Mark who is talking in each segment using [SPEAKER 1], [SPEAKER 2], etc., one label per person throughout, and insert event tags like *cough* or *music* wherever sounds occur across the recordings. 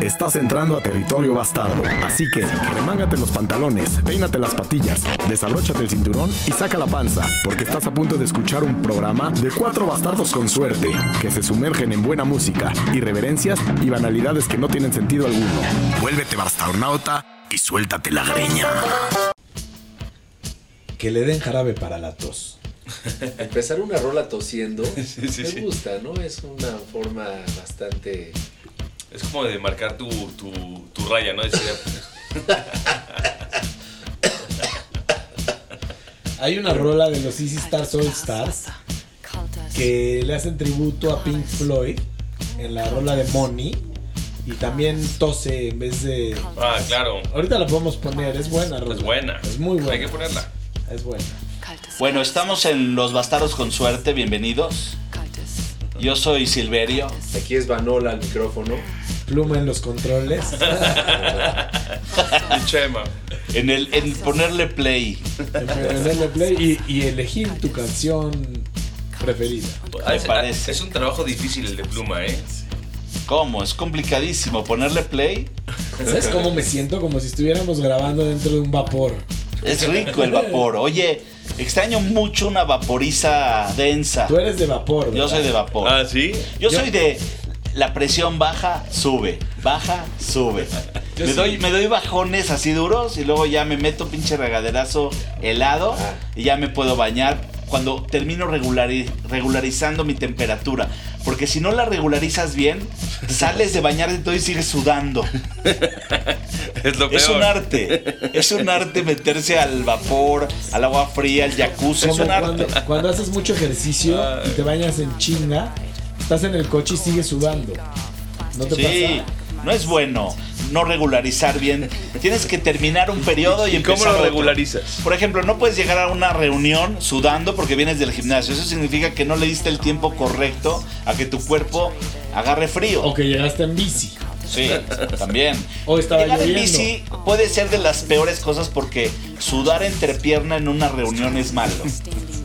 [SPEAKER 1] Estás entrando a territorio bastardo, así que remángate los pantalones, peínate las patillas, desabróchate el cinturón y saca la panza, porque estás a punto de escuchar un programa de cuatro bastardos con suerte, que se sumergen en buena música, irreverencias y banalidades que no tienen sentido alguno. Vuélvete bastarnauta y suéltate la greña.
[SPEAKER 2] Que le den jarabe para la tos.
[SPEAKER 3] Empezar una rola
[SPEAKER 4] *laughs*
[SPEAKER 3] tosiendo
[SPEAKER 4] Sí, sí,
[SPEAKER 3] me
[SPEAKER 4] sí.
[SPEAKER 3] gusta, ¿no? Es una forma bastante.
[SPEAKER 4] Es como de marcar tu, tu, tu raya, ¿no? Decir,
[SPEAKER 2] Hay una rola de los Easy Stars All Stars que le hacen tributo a Pink Floyd en la rola de Money y también tose en vez de.
[SPEAKER 4] ah, *laughs* claro.
[SPEAKER 2] Ahorita la podemos poner, es buena, rola.
[SPEAKER 4] Es buena.
[SPEAKER 2] Es muy buena.
[SPEAKER 4] Hay que ponerla.
[SPEAKER 2] Es buena.
[SPEAKER 5] Bueno, estamos en Los Bastardos con Suerte, bienvenidos. Yo soy Silverio.
[SPEAKER 3] Aquí es Vanola al micrófono.
[SPEAKER 2] Pluma en los controles.
[SPEAKER 4] Y Chema.
[SPEAKER 5] En, el, en ponerle play.
[SPEAKER 2] Prenderle play y, y elegir tu canción preferida.
[SPEAKER 5] Me
[SPEAKER 4] Ah, Es-
[SPEAKER 5] parece.
[SPEAKER 4] Es un trabajo difícil el de pluma, ¿eh?
[SPEAKER 5] ¿Cómo? Es complicadísimo ponerle play.
[SPEAKER 2] ¿Sabes cómo me siento? Como si estuviéramos grabando dentro de un vapor.
[SPEAKER 5] Es rico el vapor. Oye, extraño mucho una vaporiza densa.
[SPEAKER 2] Tú eres de vapor.
[SPEAKER 5] Yo
[SPEAKER 2] ¿verdad?
[SPEAKER 5] soy de vapor.
[SPEAKER 4] Ah, ¿sí?
[SPEAKER 5] Yo soy de la presión baja, sube. Baja, sube.
[SPEAKER 2] Yo
[SPEAKER 5] Me
[SPEAKER 2] sí.
[SPEAKER 5] doy, me doy bajones así duros y luego ya me meto pinche regaderazo helado y ya me puedo bañar cuando termino regulari- regularizando mi temperatura. Porque si no la regularizas bien, sales de bañar y todo y sigues sudando.
[SPEAKER 4] Es lo peor.
[SPEAKER 5] Es un arte. Es un arte meterse al vapor, al agua fría, al jacuzzi. Es
[SPEAKER 2] Como
[SPEAKER 5] un arte.
[SPEAKER 2] cuando, cuando haces mucho ejercicio y te bañas en chinga, estás en el coche y sigues sudando. ¿No te
[SPEAKER 5] Sí, no es bueno no regularizar bien. Tienes que terminar un periodo y,
[SPEAKER 4] ¿Y cómo
[SPEAKER 5] empezar
[SPEAKER 4] lo
[SPEAKER 5] otro.
[SPEAKER 4] regularizas?
[SPEAKER 5] Por ejemplo, no puedes llegar a una reunión sudando porque vienes del gimnasio. Eso significa que no le diste el tiempo correcto a que tu cuerpo agarre
[SPEAKER 2] pasa? O
[SPEAKER 5] frío.
[SPEAKER 2] que llegaste en bici.
[SPEAKER 5] Sí,
[SPEAKER 2] *laughs*
[SPEAKER 5] también.
[SPEAKER 2] O estaba
[SPEAKER 5] Llegar en
[SPEAKER 2] lloviendo.
[SPEAKER 5] bici puede ser de las peores cosas porque sudar entre pierna en una reunión es malo.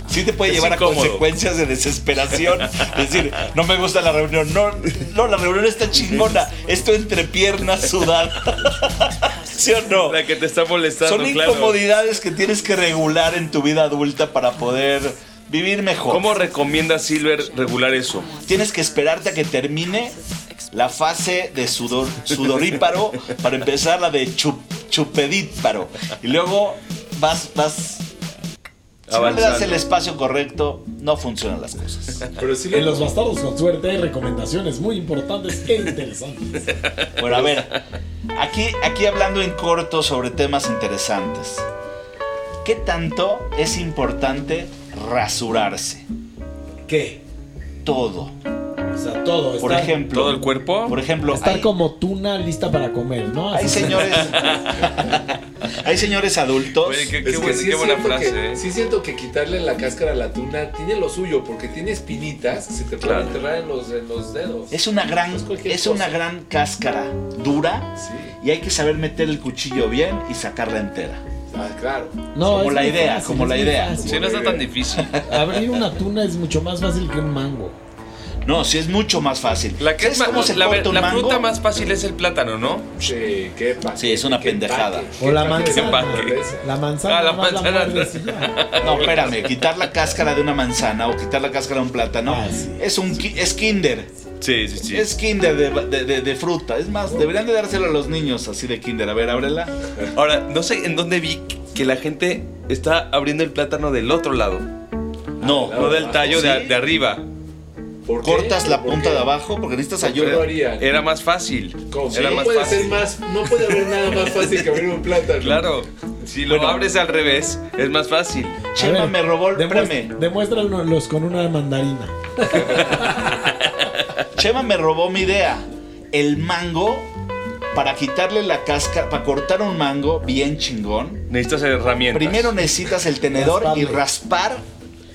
[SPEAKER 5] Sí te puede
[SPEAKER 4] Es
[SPEAKER 5] llevar
[SPEAKER 4] incómodo.
[SPEAKER 5] a consecuencias de desesperación. Es decir, no me gusta la reunión. No, no, la reunión está chingona. Esto entre piernas sudada. *laughs* ¿Sí o no?
[SPEAKER 4] La que te está molestando,
[SPEAKER 5] Son
[SPEAKER 4] claro.
[SPEAKER 5] incomodidades que tienes que regular en tu vida adulta para poder vivir mejor.
[SPEAKER 4] ¿Cómo recomienda Silver regular eso?
[SPEAKER 5] Tienes que esperarte a que termine la fase de sudor, sudoríparo para empezar la de chup, chupedíparo. Y luego vas, vas. Si no le das
[SPEAKER 4] Avanzando.
[SPEAKER 5] el espacio correcto, no funcionan las cosas.
[SPEAKER 3] Pero sí,
[SPEAKER 2] En los bastardos con suerte hay recomendaciones muy importantes e
[SPEAKER 5] *laughs*
[SPEAKER 2] interesantes.
[SPEAKER 5] Bueno, a ver, aquí, aquí hablando en corto sobre temas interesantes. ¿Qué tanto es importante rasurarse?
[SPEAKER 2] ¿Qué?
[SPEAKER 5] Todo.
[SPEAKER 2] O sea, todo.
[SPEAKER 5] Por
[SPEAKER 2] estar-
[SPEAKER 5] ejemplo,
[SPEAKER 4] ¿Todo el cuerpo?
[SPEAKER 5] por ejemplo,
[SPEAKER 2] Estar
[SPEAKER 5] hay-
[SPEAKER 2] como tuna lista para comer, ¿no?
[SPEAKER 5] hay
[SPEAKER 4] *laughs*
[SPEAKER 2] Así-
[SPEAKER 5] señores, hay señores adultos.
[SPEAKER 4] Oye, qué,
[SPEAKER 3] Es
[SPEAKER 4] qué
[SPEAKER 3] que
[SPEAKER 4] buen-
[SPEAKER 3] sí
[SPEAKER 4] qué buena
[SPEAKER 3] siento
[SPEAKER 4] frase,
[SPEAKER 3] que-
[SPEAKER 4] ¿eh?
[SPEAKER 3] Sí siento que quitarle la cáscara a la tuna tiene lo suyo, porque tiene espinitas que se te
[SPEAKER 4] Claro.
[SPEAKER 3] pueden enterrar en los, en los dedos.
[SPEAKER 5] Es
[SPEAKER 4] Mm,
[SPEAKER 5] una gran,
[SPEAKER 4] pues
[SPEAKER 3] No es cualquier
[SPEAKER 5] es una
[SPEAKER 3] cosa.
[SPEAKER 5] gran cáscara dura
[SPEAKER 3] Sí.
[SPEAKER 5] y hay que saber meter el cuchillo bien y sacarla entera.
[SPEAKER 3] Ah, claro.
[SPEAKER 2] No,
[SPEAKER 5] como
[SPEAKER 2] es
[SPEAKER 5] la
[SPEAKER 2] muy
[SPEAKER 5] idea,
[SPEAKER 2] fácil,
[SPEAKER 5] como
[SPEAKER 2] es
[SPEAKER 5] la
[SPEAKER 2] muy
[SPEAKER 5] idea.
[SPEAKER 2] fácil.
[SPEAKER 4] Sí, no está tan
[SPEAKER 5] *laughs*
[SPEAKER 4] difícil.
[SPEAKER 2] Abrir una tuna es mucho más fácil que un mango.
[SPEAKER 5] No, sí es mucho más fácil.
[SPEAKER 4] La, que es
[SPEAKER 5] ¿Sabes
[SPEAKER 4] ma-
[SPEAKER 5] cómo se
[SPEAKER 4] la,
[SPEAKER 5] corta un
[SPEAKER 4] la
[SPEAKER 5] mango?
[SPEAKER 4] fruta más fácil es el plátano, ¿no?
[SPEAKER 3] Sí, qué pa-
[SPEAKER 5] Sí, es una
[SPEAKER 3] qué
[SPEAKER 5] pendejada.
[SPEAKER 3] empaque,
[SPEAKER 2] O
[SPEAKER 3] qué
[SPEAKER 2] la
[SPEAKER 3] empaque de
[SPEAKER 2] manzana.
[SPEAKER 3] cerveza.
[SPEAKER 2] La manzana.
[SPEAKER 4] Ah, la
[SPEAKER 2] nada más
[SPEAKER 4] manzana. *laughs*
[SPEAKER 2] muerdes y ya.
[SPEAKER 5] No, espérame, quitar la cáscara de una manzana o quitar la cáscara de un plátano
[SPEAKER 2] Ah, sí.
[SPEAKER 5] es un ki- es kinder.
[SPEAKER 4] Sí, sí, sí.
[SPEAKER 5] Es kinder de, de- de- de fruta. Es más, deberían de dárselo a los niños así de kinder. A ver, ábrela.
[SPEAKER 4] Ahora, no sé en dónde vi que la gente está abriendo el plátano del otro lado.
[SPEAKER 5] No,
[SPEAKER 4] No del tallo de,
[SPEAKER 5] Sí.
[SPEAKER 4] de arriba.
[SPEAKER 3] ¿Por qué?
[SPEAKER 5] cortas la
[SPEAKER 3] ¿Por
[SPEAKER 5] punta
[SPEAKER 3] qué?
[SPEAKER 5] de abajo porque necesitas
[SPEAKER 3] Yo lo
[SPEAKER 5] ayuda.
[SPEAKER 3] haría.
[SPEAKER 4] Era más fácil.
[SPEAKER 3] ¿Cómo?
[SPEAKER 4] Era
[SPEAKER 3] no
[SPEAKER 4] más
[SPEAKER 3] puede
[SPEAKER 4] fácil.
[SPEAKER 3] ser más, no puede haber nada más fácil que abrir un plátano.
[SPEAKER 4] Claro. Si lo
[SPEAKER 5] Bueno.
[SPEAKER 4] abres al revés, es más fácil.
[SPEAKER 5] Chema
[SPEAKER 2] A ver,
[SPEAKER 5] me robó, el-
[SPEAKER 2] demuestra-
[SPEAKER 5] espérame.
[SPEAKER 2] Demuéstralos con una mandarina.
[SPEAKER 5] Chema me robó mi idea. El mango, para quitarle la cáscara, para cortar un mango bien chingón,
[SPEAKER 4] Necesitas herramientas.
[SPEAKER 5] primero necesitas el tenedor y
[SPEAKER 2] Rasparle.
[SPEAKER 5] raspar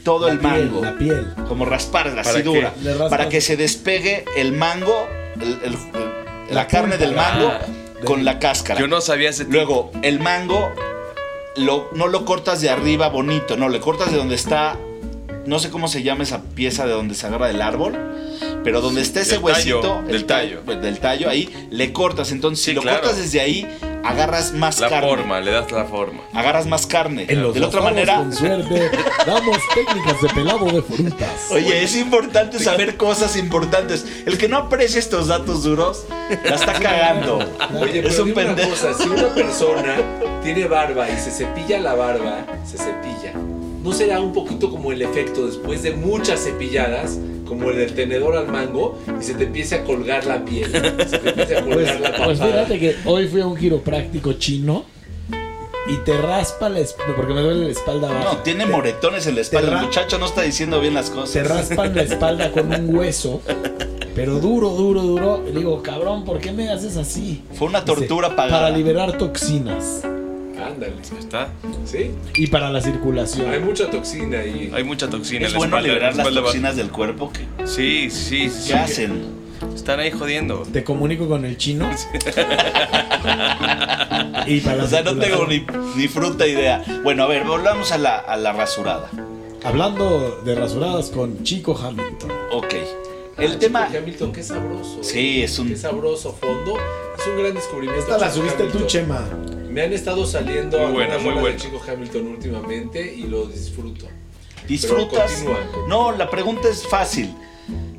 [SPEAKER 5] todo el
[SPEAKER 2] La piel,
[SPEAKER 5] mango.
[SPEAKER 2] La piel.
[SPEAKER 5] Como raspar
[SPEAKER 4] ¿Para
[SPEAKER 5] así
[SPEAKER 4] qué?
[SPEAKER 5] dura.
[SPEAKER 2] Le raspas.
[SPEAKER 5] Para que se despegue el mango, el- el- el- la
[SPEAKER 2] La
[SPEAKER 5] carne
[SPEAKER 2] punta.
[SPEAKER 5] del mango
[SPEAKER 4] Ah.
[SPEAKER 5] con la cáscara.
[SPEAKER 4] Yo no sabía ese
[SPEAKER 5] Luego, el mango lo- no lo cortas de arriba bonito, no, le cortas de donde está, no sé cómo se llama esa pieza de donde se agarra el árbol, Pero donde está ese
[SPEAKER 4] Del
[SPEAKER 5] huesito,
[SPEAKER 4] tallo,
[SPEAKER 5] el
[SPEAKER 4] del
[SPEAKER 5] ta-
[SPEAKER 4] tallo.
[SPEAKER 5] pues, del tallo, ahí le cortas. Entonces, si
[SPEAKER 4] Sí,
[SPEAKER 5] lo
[SPEAKER 4] claro.
[SPEAKER 5] cortas desde ahí, agarras más
[SPEAKER 4] La
[SPEAKER 5] carne.
[SPEAKER 4] forma, le das la forma.
[SPEAKER 5] Agarras más carne.
[SPEAKER 2] En los
[SPEAKER 5] de la otra
[SPEAKER 2] basados,
[SPEAKER 5] manera,
[SPEAKER 2] Con suerte, damos técnicas de pelado de frutas.
[SPEAKER 5] Oye, es importante saber cosas importantes. El que no aprecia estos datos duros, la está cagando.
[SPEAKER 3] Oye,
[SPEAKER 5] es
[SPEAKER 3] pero
[SPEAKER 5] un
[SPEAKER 3] dime una
[SPEAKER 5] pendejo.
[SPEAKER 3] cosa, si una persona tiene barba y se cepilla la barba, se cepilla, ¿no será un poquito como el efecto después de muchas cepilladas, como el del tenedor al mango, y se te empiece a colgar la piel, se te empiece a
[SPEAKER 2] Pues,
[SPEAKER 3] colgar la
[SPEAKER 2] pues
[SPEAKER 3] papada?
[SPEAKER 2] fíjate que hoy fui a un quiropráctico chino y te raspa la espalda, porque me duele la espalda
[SPEAKER 5] No,
[SPEAKER 2] baja.
[SPEAKER 5] tiene moretones en la espalda.
[SPEAKER 2] ra-
[SPEAKER 5] El muchacho no está diciendo bien las
[SPEAKER 2] Se
[SPEAKER 5] cosas.
[SPEAKER 2] raspan la espalda con un hueso, pero duro, duro, duro. Y le digo, cabrón, ¿por qué me haces así?
[SPEAKER 5] Fue una
[SPEAKER 2] Dice,
[SPEAKER 5] tortura pagada.
[SPEAKER 2] Para liberar toxinas
[SPEAKER 3] Ándale,
[SPEAKER 4] Está.
[SPEAKER 3] ¿sí?
[SPEAKER 2] y para la
[SPEAKER 3] Hay
[SPEAKER 2] circulación.
[SPEAKER 3] mucha toxina ahí.
[SPEAKER 4] Hay mucha toxina
[SPEAKER 5] Es
[SPEAKER 4] en la
[SPEAKER 5] bueno
[SPEAKER 4] espalda.
[SPEAKER 5] liberar
[SPEAKER 4] la
[SPEAKER 5] las
[SPEAKER 4] espalda va-
[SPEAKER 5] toxinas del cuerpo. ¿Qué,
[SPEAKER 4] Sí, sí,
[SPEAKER 5] qué
[SPEAKER 4] sí.
[SPEAKER 5] hacen?
[SPEAKER 4] Están ahí jodiendo.
[SPEAKER 2] Te comunico con el chino. y para la
[SPEAKER 5] O sea, no tengo
[SPEAKER 2] circulación.
[SPEAKER 5] ni, ni fruta idea. Bueno, a ver, volvamos a la, a la rasurada.
[SPEAKER 2] Hablando de rasuradas con Chico Hamilton.
[SPEAKER 5] Ok. El tema.
[SPEAKER 3] Porque Hamilton, qué sabroso. ¿eh?
[SPEAKER 5] Sí, es un-
[SPEAKER 3] Qué sabroso fondo. Es un gran descubrimiento.
[SPEAKER 2] Esta la
[SPEAKER 3] Chico
[SPEAKER 2] subiste tú,
[SPEAKER 3] Hamilton.
[SPEAKER 2] Chema.
[SPEAKER 3] Me han estado saliendo
[SPEAKER 4] Muy
[SPEAKER 3] algunas
[SPEAKER 4] buena, muy
[SPEAKER 3] rolas
[SPEAKER 4] buena.
[SPEAKER 3] de Chico Hamilton últimamente y lo disfruto.
[SPEAKER 5] Disfrutas.
[SPEAKER 3] Pero continúa.
[SPEAKER 5] No, la pregunta es fácil.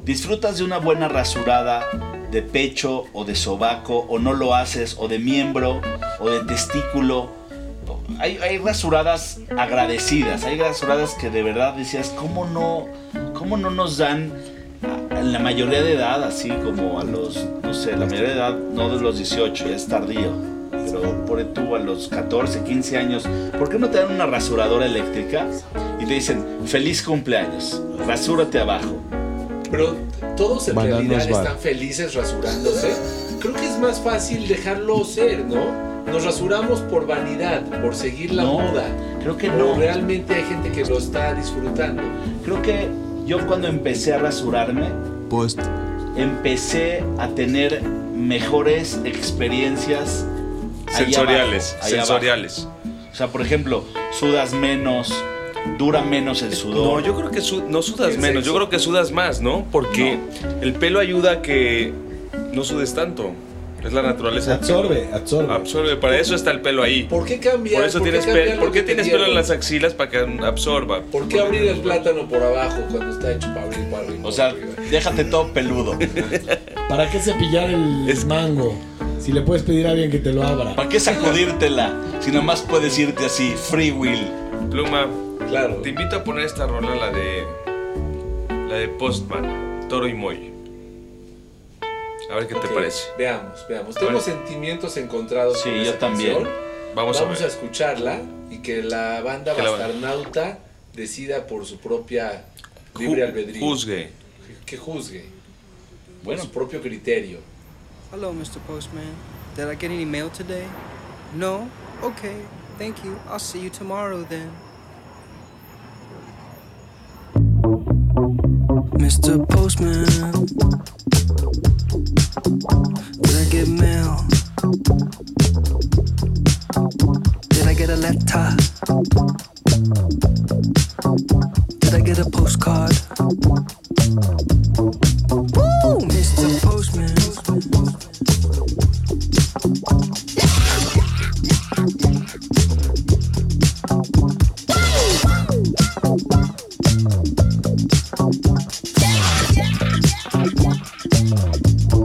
[SPEAKER 5] ¿Disfrutas de una buena rasurada de pecho o de sobaco o no lo haces o de miembro o de testículo? Hay, hay rasuradas agradecidas, hay rasuradas que de verdad decías, ¿cómo no, cómo no nos dan a- a la mayoría de edad, así como a los, no sé, la mayoría de edad, no de los 18, ya es tardío, pero por tú a los 14, 15 años, ¿por qué no te dan una rasuradora eléctrica y te dicen, feliz cumpleaños, rasúrate abajo?
[SPEAKER 3] Pero todos en
[SPEAKER 2] Bananas
[SPEAKER 3] realidad
[SPEAKER 2] Bar.
[SPEAKER 3] están felices rasurándose. Creo que es más fácil dejarlo ser, ¿no? Nos rasuramos por vanidad, por seguir la
[SPEAKER 5] No,
[SPEAKER 3] moda.
[SPEAKER 5] Creo que
[SPEAKER 3] Pero
[SPEAKER 5] no,
[SPEAKER 3] realmente hay gente que lo está disfrutando.
[SPEAKER 5] creo que yo cuando empecé a rasurarme, empecé a tener mejores experiencias ahí
[SPEAKER 4] Sensoriales,
[SPEAKER 5] abajo, ahí abajo.
[SPEAKER 4] sensoriales.
[SPEAKER 5] O sea, por ejemplo, sudas menos, dura menos el
[SPEAKER 4] No,
[SPEAKER 5] sudor.
[SPEAKER 4] yo creo que su- no sudas
[SPEAKER 3] El
[SPEAKER 4] menos,
[SPEAKER 3] sexo.
[SPEAKER 4] yo creo que sudas más, ¿no? Porque el pelo ayuda a que no sudes tanto. Es la naturaleza. del pelo.
[SPEAKER 2] Absorbe, absorbe.
[SPEAKER 5] Ah.
[SPEAKER 4] Absorbe, para eso está el pelo ahí.
[SPEAKER 3] ¿Por qué cambiar?
[SPEAKER 4] Por eso tienes
[SPEAKER 3] cambiar
[SPEAKER 4] pelo.
[SPEAKER 3] lo
[SPEAKER 4] ¿Por qué
[SPEAKER 3] que te
[SPEAKER 4] tienes pelo en
[SPEAKER 3] dieron?
[SPEAKER 4] las axilas para que absorba?
[SPEAKER 3] ¿Por qué abrir el plátano por abajo cuando está hecho para abrir para arriba?
[SPEAKER 5] O sea,
[SPEAKER 3] Arriba.
[SPEAKER 5] déjate todo peludo.
[SPEAKER 2] ¿Para qué cepillar el
[SPEAKER 4] Es-
[SPEAKER 2] mango? Si le puedes pedir a alguien que te lo abra.
[SPEAKER 5] ¿Para qué sacudírtela? Si nada más puedes irte así, free will.
[SPEAKER 4] Pluma,
[SPEAKER 3] claro.
[SPEAKER 4] te invito a poner esta rola, la de. La de Postman, Toro y Moy. A ver qué te
[SPEAKER 3] Ok,
[SPEAKER 4] parece.
[SPEAKER 3] Veamos, veamos. Tengo
[SPEAKER 4] Bueno.
[SPEAKER 3] sentimientos encontrados.
[SPEAKER 5] Sí,
[SPEAKER 3] con
[SPEAKER 5] yo
[SPEAKER 3] esa
[SPEAKER 5] también.
[SPEAKER 3] canción.
[SPEAKER 4] Vamos,
[SPEAKER 3] Vamos
[SPEAKER 4] a
[SPEAKER 3] a
[SPEAKER 4] ver.
[SPEAKER 3] escucharla y que la banda
[SPEAKER 4] Que la banda-
[SPEAKER 3] bastarnauta decida por su propia
[SPEAKER 4] Ju-
[SPEAKER 3] libre albedrío.
[SPEAKER 4] Juzgue.
[SPEAKER 3] Que juzgue.
[SPEAKER 5] Bueno.
[SPEAKER 3] Bueno, su propio criterio.
[SPEAKER 6] Hello, Mr. Postman. Did I get any mail today? No? Okay, thank you. I'll see you tomorrow then. Mr. Postman, did I get mail? Did I get a letter? Did I get a postcard? Woo! Mr. Postman.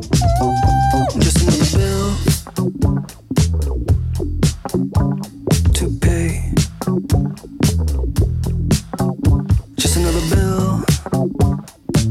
[SPEAKER 6] Just another bill to pay. Just another bill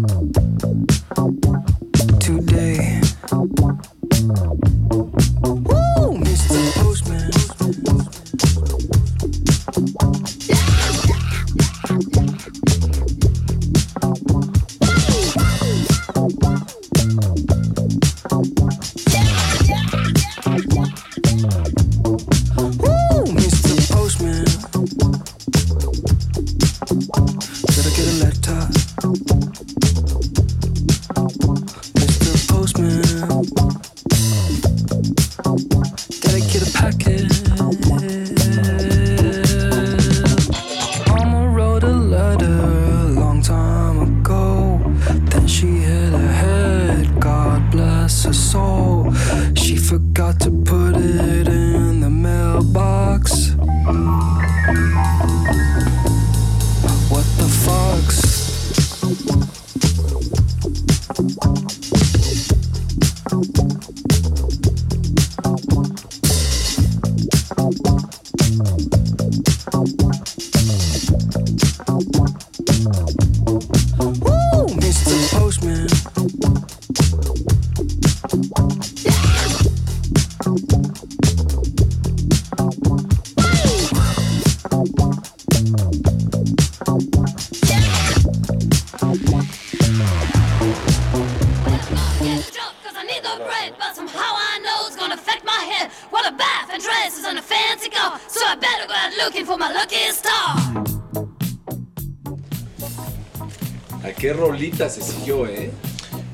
[SPEAKER 3] ¿A qué rolita se siguió, eh?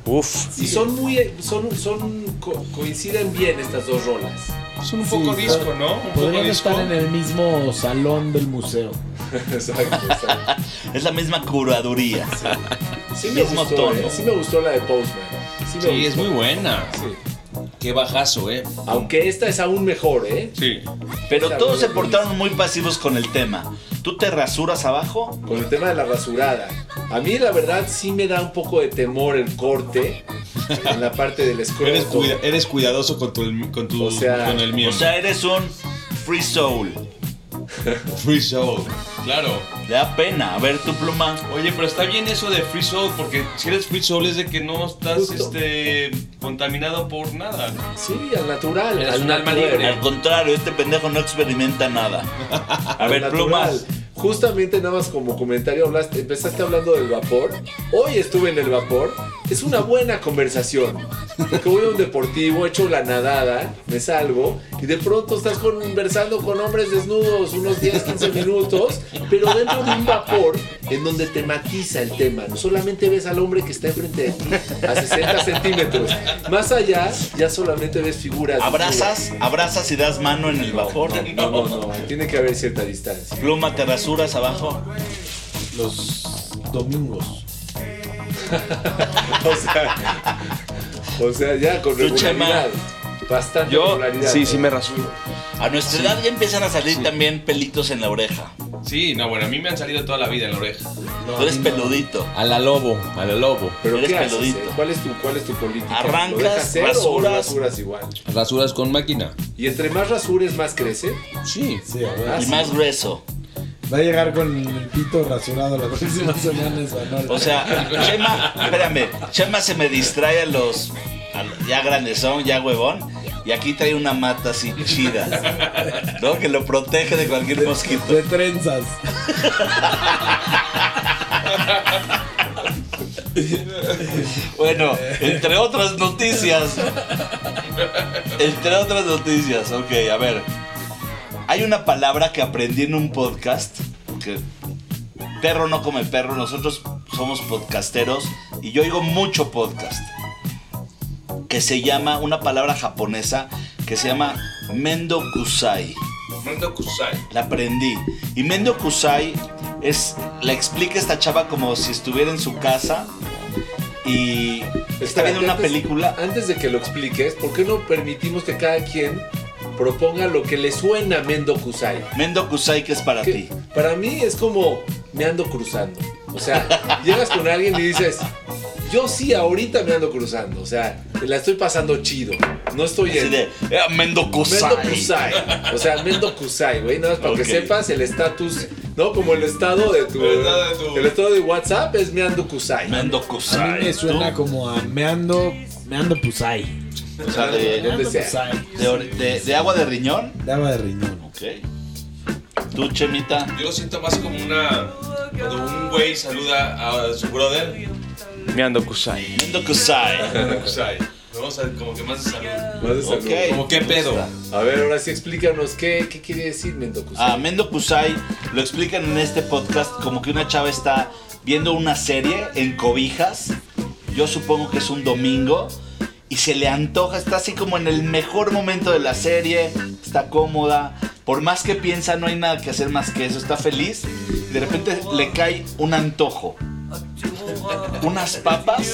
[SPEAKER 7] Uf.
[SPEAKER 3] Y son muy. Son, son, co- coinciden bien estas dos
[SPEAKER 4] *laughs*
[SPEAKER 3] rolas.
[SPEAKER 4] Es un poco
[SPEAKER 2] Sí,
[SPEAKER 4] disco,
[SPEAKER 2] pod-
[SPEAKER 4] ¿no? Un poco
[SPEAKER 2] Podrían
[SPEAKER 4] disco.
[SPEAKER 2] estar en el mismo salón del museo.
[SPEAKER 3] Exacto, exacto.
[SPEAKER 5] Es la misma curaduría.
[SPEAKER 3] Sí me
[SPEAKER 5] Mismo
[SPEAKER 3] gustó,
[SPEAKER 5] tono.
[SPEAKER 3] eh. Sí me gustó la de Postman. Sí, me
[SPEAKER 7] Sí, es
[SPEAKER 3] gustó.
[SPEAKER 7] muy buena.
[SPEAKER 3] Sí.
[SPEAKER 7] Qué bajazo, eh.
[SPEAKER 3] Aunque esta es aún mejor, eh.
[SPEAKER 4] Sí.
[SPEAKER 5] Pero todos se portaron muy pasivos con el tema. Tú te rasuras abajo,
[SPEAKER 3] Con el tema de la rasurada. A mí, la verdad, sí me da un poco de temor el corte en la parte del escuela.
[SPEAKER 7] Eres, cuida- eres cuidadoso con tu, con tu
[SPEAKER 3] O sea,
[SPEAKER 7] con el
[SPEAKER 5] o
[SPEAKER 7] miembro.
[SPEAKER 5] sea, eres un free soul.
[SPEAKER 7] Free Soul. Claro.
[SPEAKER 5] Le da pena. A ver, tu pluma.
[SPEAKER 4] Oye, pero está bien eso de Free Soul, porque si eres Free Soul es de que no estás
[SPEAKER 3] Justo.
[SPEAKER 4] este, contaminado por nada.
[SPEAKER 3] Sí, al natural.
[SPEAKER 4] Eres
[SPEAKER 3] al
[SPEAKER 4] un alma
[SPEAKER 3] natural.
[SPEAKER 4] libre.
[SPEAKER 5] Al contrario, este pendejo no experimenta nada. A ver,
[SPEAKER 3] natural.
[SPEAKER 5] plumas.
[SPEAKER 3] Justamente nada más como comentario hablaste, empezaste hablando del vapor. Hoy estuve en el vapor. Es una buena conversación. Porque voy a un deportivo, echo la nadada, me salgo y de pronto estás conversando con hombres desnudos unos 10, 15 minutos, pero dentro de un vapor en donde te matiza el tema. No solamente ves al hombre que está enfrente de ti a 60 centímetros. Más allá, ya solamente ves figuras.
[SPEAKER 5] Abrazas, abrazas y das mano en el vapor.
[SPEAKER 3] No, no, no. Tiene que haber cierta distancia.
[SPEAKER 5] Pluma, te rasuras abajo.
[SPEAKER 2] Los domingos.
[SPEAKER 3] O sea, o sea, ya con
[SPEAKER 5] Tú,
[SPEAKER 3] regularidad. Bastante
[SPEAKER 4] Yo
[SPEAKER 3] regularidad. ¿eh?
[SPEAKER 7] sí, sí
[SPEAKER 3] ¿no?
[SPEAKER 7] me rasuro.
[SPEAKER 5] A nuestra edad ya empiezan a salir también pelitos en la oreja.
[SPEAKER 4] Sí, no, bueno, a mí me han salido toda la vida en la oreja.
[SPEAKER 2] No,
[SPEAKER 5] Tú eres
[SPEAKER 2] a mí no. Ah,
[SPEAKER 5] peludito.
[SPEAKER 7] A la lobo, a la lobo.
[SPEAKER 3] Pero
[SPEAKER 5] Eres
[SPEAKER 3] ¿qué haces,
[SPEAKER 5] peludito.
[SPEAKER 3] eh? ¿Cuál es tu cuál es tu política?
[SPEAKER 5] Arrancas,
[SPEAKER 3] ¿Lo dejas ser o
[SPEAKER 5] rasuras.
[SPEAKER 3] rasuras igual?
[SPEAKER 7] ¿Rasuras con máquina?
[SPEAKER 3] Y entre más rasures más crece.
[SPEAKER 7] Sí.
[SPEAKER 2] Sí, a ver.
[SPEAKER 3] Ah,
[SPEAKER 5] Y
[SPEAKER 3] sí.
[SPEAKER 5] más grueso.
[SPEAKER 2] Va a llegar con el pito rasurado la próxima semana, es Manuel. *laughs*
[SPEAKER 5] O sea, Chema, espérame, Chema se me distrae a los, a los- ya grandezón, ya huevón, y aquí trae una mata así chida, ¿no? Que lo protege de cualquier mosquito.
[SPEAKER 2] de trenzas.
[SPEAKER 5] Bueno, entre otras noticias, entre otras noticias, ok, a ver. Hay una palabra que aprendí en un podcast, porque perro no come perro, nosotros somos podcasteros y yo oigo mucho podcast, que se llama, una palabra japonesa, que se llama Mendo Kusai.
[SPEAKER 4] Mando Kusai.
[SPEAKER 5] La aprendí. Y Mendo Kusai es. La explica esta chava como si estuviera en su casa y está
[SPEAKER 3] Espérate,
[SPEAKER 5] viendo una
[SPEAKER 3] antes-
[SPEAKER 5] película.
[SPEAKER 3] Antes de que lo expliques, ¿por qué no permitimos que cada quien proponga lo que le suena a Mendo Kusai?
[SPEAKER 5] Mendo Kusai, que es para
[SPEAKER 3] Que
[SPEAKER 5] ti.
[SPEAKER 3] Para mí es como me ando cruzando. O sea, llegas con alguien y dices, yo sí ahorita me ando cruzando. O sea, la estoy pasando chido. No estoy
[SPEAKER 5] Así
[SPEAKER 3] en...
[SPEAKER 5] de. "Eh, Mendo Kusai.
[SPEAKER 3] Mendo Kusai. O sea, Mendo Kusai, güey. Nada más para
[SPEAKER 5] Ok.
[SPEAKER 3] que sepas el estatus, ¿no? Como el estado de tu.
[SPEAKER 4] El estado de tu-
[SPEAKER 3] El estado de WhatsApp es Mendo Kusai.
[SPEAKER 5] Mendo
[SPEAKER 2] A mí
[SPEAKER 5] Kusai.
[SPEAKER 2] me suena
[SPEAKER 5] Tú,
[SPEAKER 2] como a meando, meando pusay.
[SPEAKER 5] o sea, de,
[SPEAKER 3] ¿Dónde
[SPEAKER 2] Meando
[SPEAKER 3] sea?
[SPEAKER 2] pusay.
[SPEAKER 5] de or- de- de agua de riñón.
[SPEAKER 2] Daba de riñón.
[SPEAKER 5] Ok. Tú, Chemita.
[SPEAKER 4] Yo lo siento más como una. Cuando un güey saluda a su brother, me ando Kusai.
[SPEAKER 5] Mendo
[SPEAKER 2] *laughs*
[SPEAKER 5] Kusai.
[SPEAKER 4] Mando Kusai. ¿no? O sea, como que más de salud.
[SPEAKER 3] Más de salud.
[SPEAKER 5] Ok.
[SPEAKER 4] Como qué pedo.
[SPEAKER 3] A ver, ahora sí explícanos qué, qué quiere decir Mendo Kusai.
[SPEAKER 5] A Mendo Kusai lo explican en este podcast como que una chava está viendo una serie en cobijas. Yo supongo que es un domingo. Y se le antoja, está así como en el mejor momento de la serie, está cómoda. Por más que piensa, no hay nada que hacer más que eso, está feliz. De repente le cae un antojo. Unas papas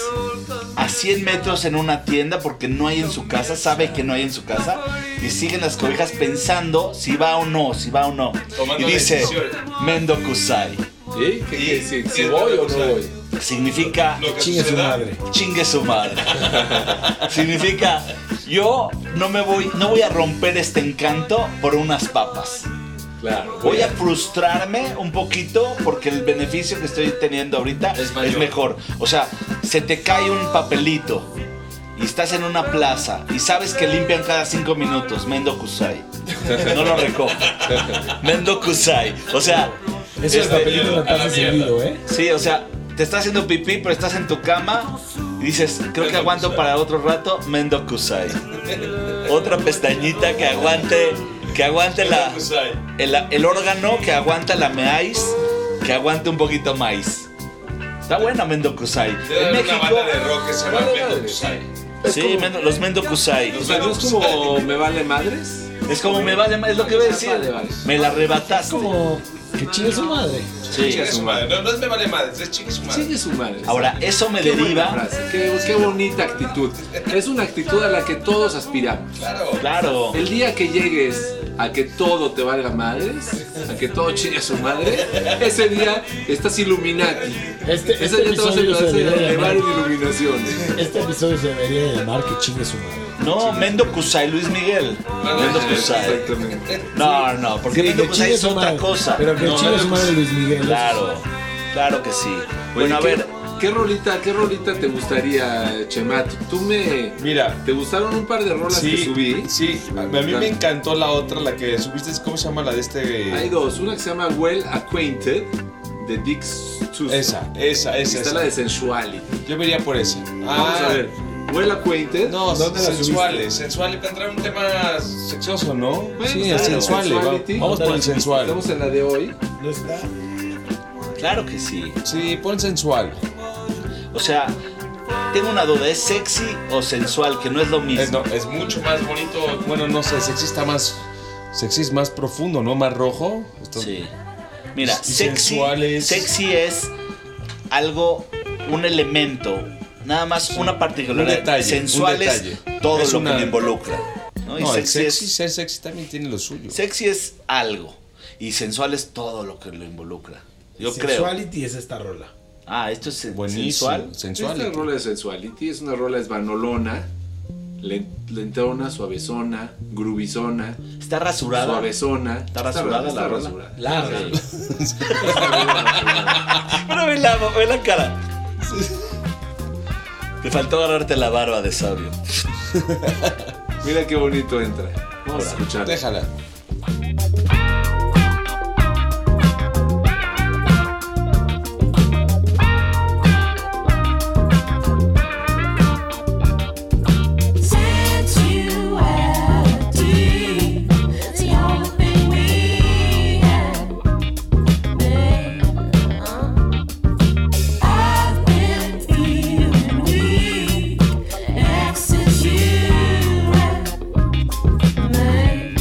[SPEAKER 5] a 100 metros en una tienda porque no hay en su casa, sabe que no hay en su casa y siguen las cobijas pensando si va o no, si va o no.
[SPEAKER 4] Tomando
[SPEAKER 5] y dice
[SPEAKER 4] decisiones.
[SPEAKER 5] Mendo Kusai,
[SPEAKER 3] ¿Sí? ¿Qué quiere decir? ¿Si
[SPEAKER 4] y-
[SPEAKER 3] voy o no
[SPEAKER 4] Kusai.
[SPEAKER 3] voy?
[SPEAKER 5] que significa
[SPEAKER 4] Lo que
[SPEAKER 2] Chingue su
[SPEAKER 4] suceda,
[SPEAKER 2] madre.
[SPEAKER 5] chingue su madre. *laughs* significa yo no me voy, no voy a romper este encanto por unas papas.
[SPEAKER 3] Claro.
[SPEAKER 5] Voy a frustrarme un poquito porque el beneficio que estoy teniendo ahorita
[SPEAKER 4] Es
[SPEAKER 5] es,
[SPEAKER 4] mayor.
[SPEAKER 5] mejor. O sea, se te cae un papelito. y estás en una plaza y sabes que limpian cada cinco minutos, Mendo Kusai. No lo recojo. Mendo Kusai. O sea,
[SPEAKER 2] Eso es
[SPEAKER 8] Este,
[SPEAKER 2] papelito
[SPEAKER 8] a
[SPEAKER 2] no
[SPEAKER 8] la
[SPEAKER 2] te hace
[SPEAKER 8] mierda.
[SPEAKER 2] sentido, ¿eh?
[SPEAKER 5] sí, o sea, te estás haciendo pipí, pero estás en tu cama y dices, creo que
[SPEAKER 8] Mendo
[SPEAKER 5] aguanto
[SPEAKER 8] Kusai.
[SPEAKER 5] para otro rato, Mendo Kusai. Otra pestañita que aguante, que aguante la, el, el órgano que aguanta la meáis, que aguante un poquito más. Está buena Mendo Kusai.
[SPEAKER 8] Debe
[SPEAKER 5] En
[SPEAKER 8] haber una
[SPEAKER 5] México,
[SPEAKER 8] banda de rock que se llama
[SPEAKER 3] Vale,
[SPEAKER 8] Mendo
[SPEAKER 3] madre.
[SPEAKER 8] Kusai.
[SPEAKER 3] Es
[SPEAKER 5] sí,
[SPEAKER 3] como-
[SPEAKER 5] Mendo- los Mendo Kusai.
[SPEAKER 3] O sea, ¿no es como me vale madres?
[SPEAKER 5] Es como me vale, ma- es lo que voy a decir.
[SPEAKER 3] Vale, vale.
[SPEAKER 5] Me la arrebataste.
[SPEAKER 2] Como que chingue su madre.
[SPEAKER 5] Sí.
[SPEAKER 8] Chingue su madre. No, no es me vale madre, es chingue su madre.
[SPEAKER 3] Sigue su madre.
[SPEAKER 5] Ahora, eso me
[SPEAKER 3] Qué buena
[SPEAKER 5] deriva.
[SPEAKER 3] frase, qué, qué bonita actitud. Es una actitud a la que todos aspiramos.
[SPEAKER 8] Claro.
[SPEAKER 5] Claro.
[SPEAKER 3] El día que llegues a que todo te valga madres, a que todo chingue a su madre, ese día estás Illuminati.
[SPEAKER 2] Este,
[SPEAKER 3] Ese
[SPEAKER 2] este
[SPEAKER 3] día te vas a
[SPEAKER 2] episodio se
[SPEAKER 3] empezar a
[SPEAKER 2] debería
[SPEAKER 3] elevar
[SPEAKER 2] llamar,
[SPEAKER 3] en iluminación.
[SPEAKER 2] este episodio se debería llamar que chingue su madre.
[SPEAKER 5] No, Mendo Kusai, Luis Miguel.
[SPEAKER 3] Ah,
[SPEAKER 5] Mendo Kusai.
[SPEAKER 3] Exactamente.
[SPEAKER 5] No, no, porque
[SPEAKER 2] Sí,
[SPEAKER 5] Mendo
[SPEAKER 2] que
[SPEAKER 5] Kusai
[SPEAKER 2] chingue
[SPEAKER 5] pues, es
[SPEAKER 2] su
[SPEAKER 5] otra
[SPEAKER 2] madre.
[SPEAKER 5] cosa.
[SPEAKER 2] Pero que
[SPEAKER 5] No,
[SPEAKER 2] chingue su madre Luis Miguel.
[SPEAKER 5] Claro, claro que sí. Bueno, a
[SPEAKER 3] Oye,
[SPEAKER 5] ver,
[SPEAKER 3] ¿Qué, qué rolita, qué rolita te gustaría, Chemat? Tú me...
[SPEAKER 4] Mira.
[SPEAKER 3] ¿Te gustaron un par de rolas que subí?
[SPEAKER 4] sí. A a mí me encantó la otra, la que subiste, ¿cómo se llama la de este?
[SPEAKER 3] Hay dos, una que se llama Well Acquainted de Dick Susan.
[SPEAKER 4] Esa, esa, esa.
[SPEAKER 3] pues, Está
[SPEAKER 4] esa.
[SPEAKER 3] la de Sensuality.
[SPEAKER 4] Yo me iría por esa. Ah,
[SPEAKER 3] Vamos a ver. Well Acquainted.
[SPEAKER 4] No, eh,
[SPEAKER 2] ¿Dónde la
[SPEAKER 4] sensuales, sensuales, para entrar en un tema sexoso, ¿no?
[SPEAKER 3] Bueno,
[SPEAKER 4] sí,
[SPEAKER 3] está bien,
[SPEAKER 4] sensuales, va-
[SPEAKER 3] sensuality.
[SPEAKER 4] vamos por el sensual.
[SPEAKER 3] Estamos en la de hoy.
[SPEAKER 2] No está.
[SPEAKER 5] claro que sí.
[SPEAKER 4] Sí, pon sensual.
[SPEAKER 5] O sea, tengo una duda, ¿es sexy o sensual? Que no es lo
[SPEAKER 4] Eh,
[SPEAKER 8] Es,
[SPEAKER 5] mismo.
[SPEAKER 8] no, es mucho más bonito.
[SPEAKER 4] Bueno, no sé, sexy está más. Sexy es más profundo, ¿no? Más rojo. Esto-
[SPEAKER 5] Sí. Mira,
[SPEAKER 4] Y
[SPEAKER 5] sexy,
[SPEAKER 4] sensual es-
[SPEAKER 5] sexy es algo, un elemento, nada más una particularidad.
[SPEAKER 4] Un detalle, un
[SPEAKER 5] sensual
[SPEAKER 4] detalle.
[SPEAKER 5] es todo
[SPEAKER 4] Es
[SPEAKER 5] lo
[SPEAKER 4] una-
[SPEAKER 5] que le involucra. ¿no? Y
[SPEAKER 4] No, el
[SPEAKER 5] sexy,
[SPEAKER 4] sexy,
[SPEAKER 5] es,
[SPEAKER 4] ser sexy también tiene lo suyo.
[SPEAKER 5] sexy es algo y sensual es todo lo que lo involucra. Yo creo.
[SPEAKER 2] Sexuality es esta rola.
[SPEAKER 5] Ah, esto es sen-
[SPEAKER 4] Buenísimo.
[SPEAKER 5] sensual.
[SPEAKER 4] Sensual.
[SPEAKER 3] Esta rola de Sensuality es una rola esbanolona, len- lentona, suavezona, grubizona,
[SPEAKER 5] Está rasurado.
[SPEAKER 3] suavezona.
[SPEAKER 5] ¿Está rasurada
[SPEAKER 3] está
[SPEAKER 5] la rola?
[SPEAKER 3] rasurada.
[SPEAKER 2] Larga.
[SPEAKER 5] *laughs* Pero ve la, ve la cara. Te faltó agarrarte la barba de sabio.
[SPEAKER 3] Mira qué bonito entra. Vamos a escuchar.
[SPEAKER 4] Déjala.
[SPEAKER 7] Since you and me,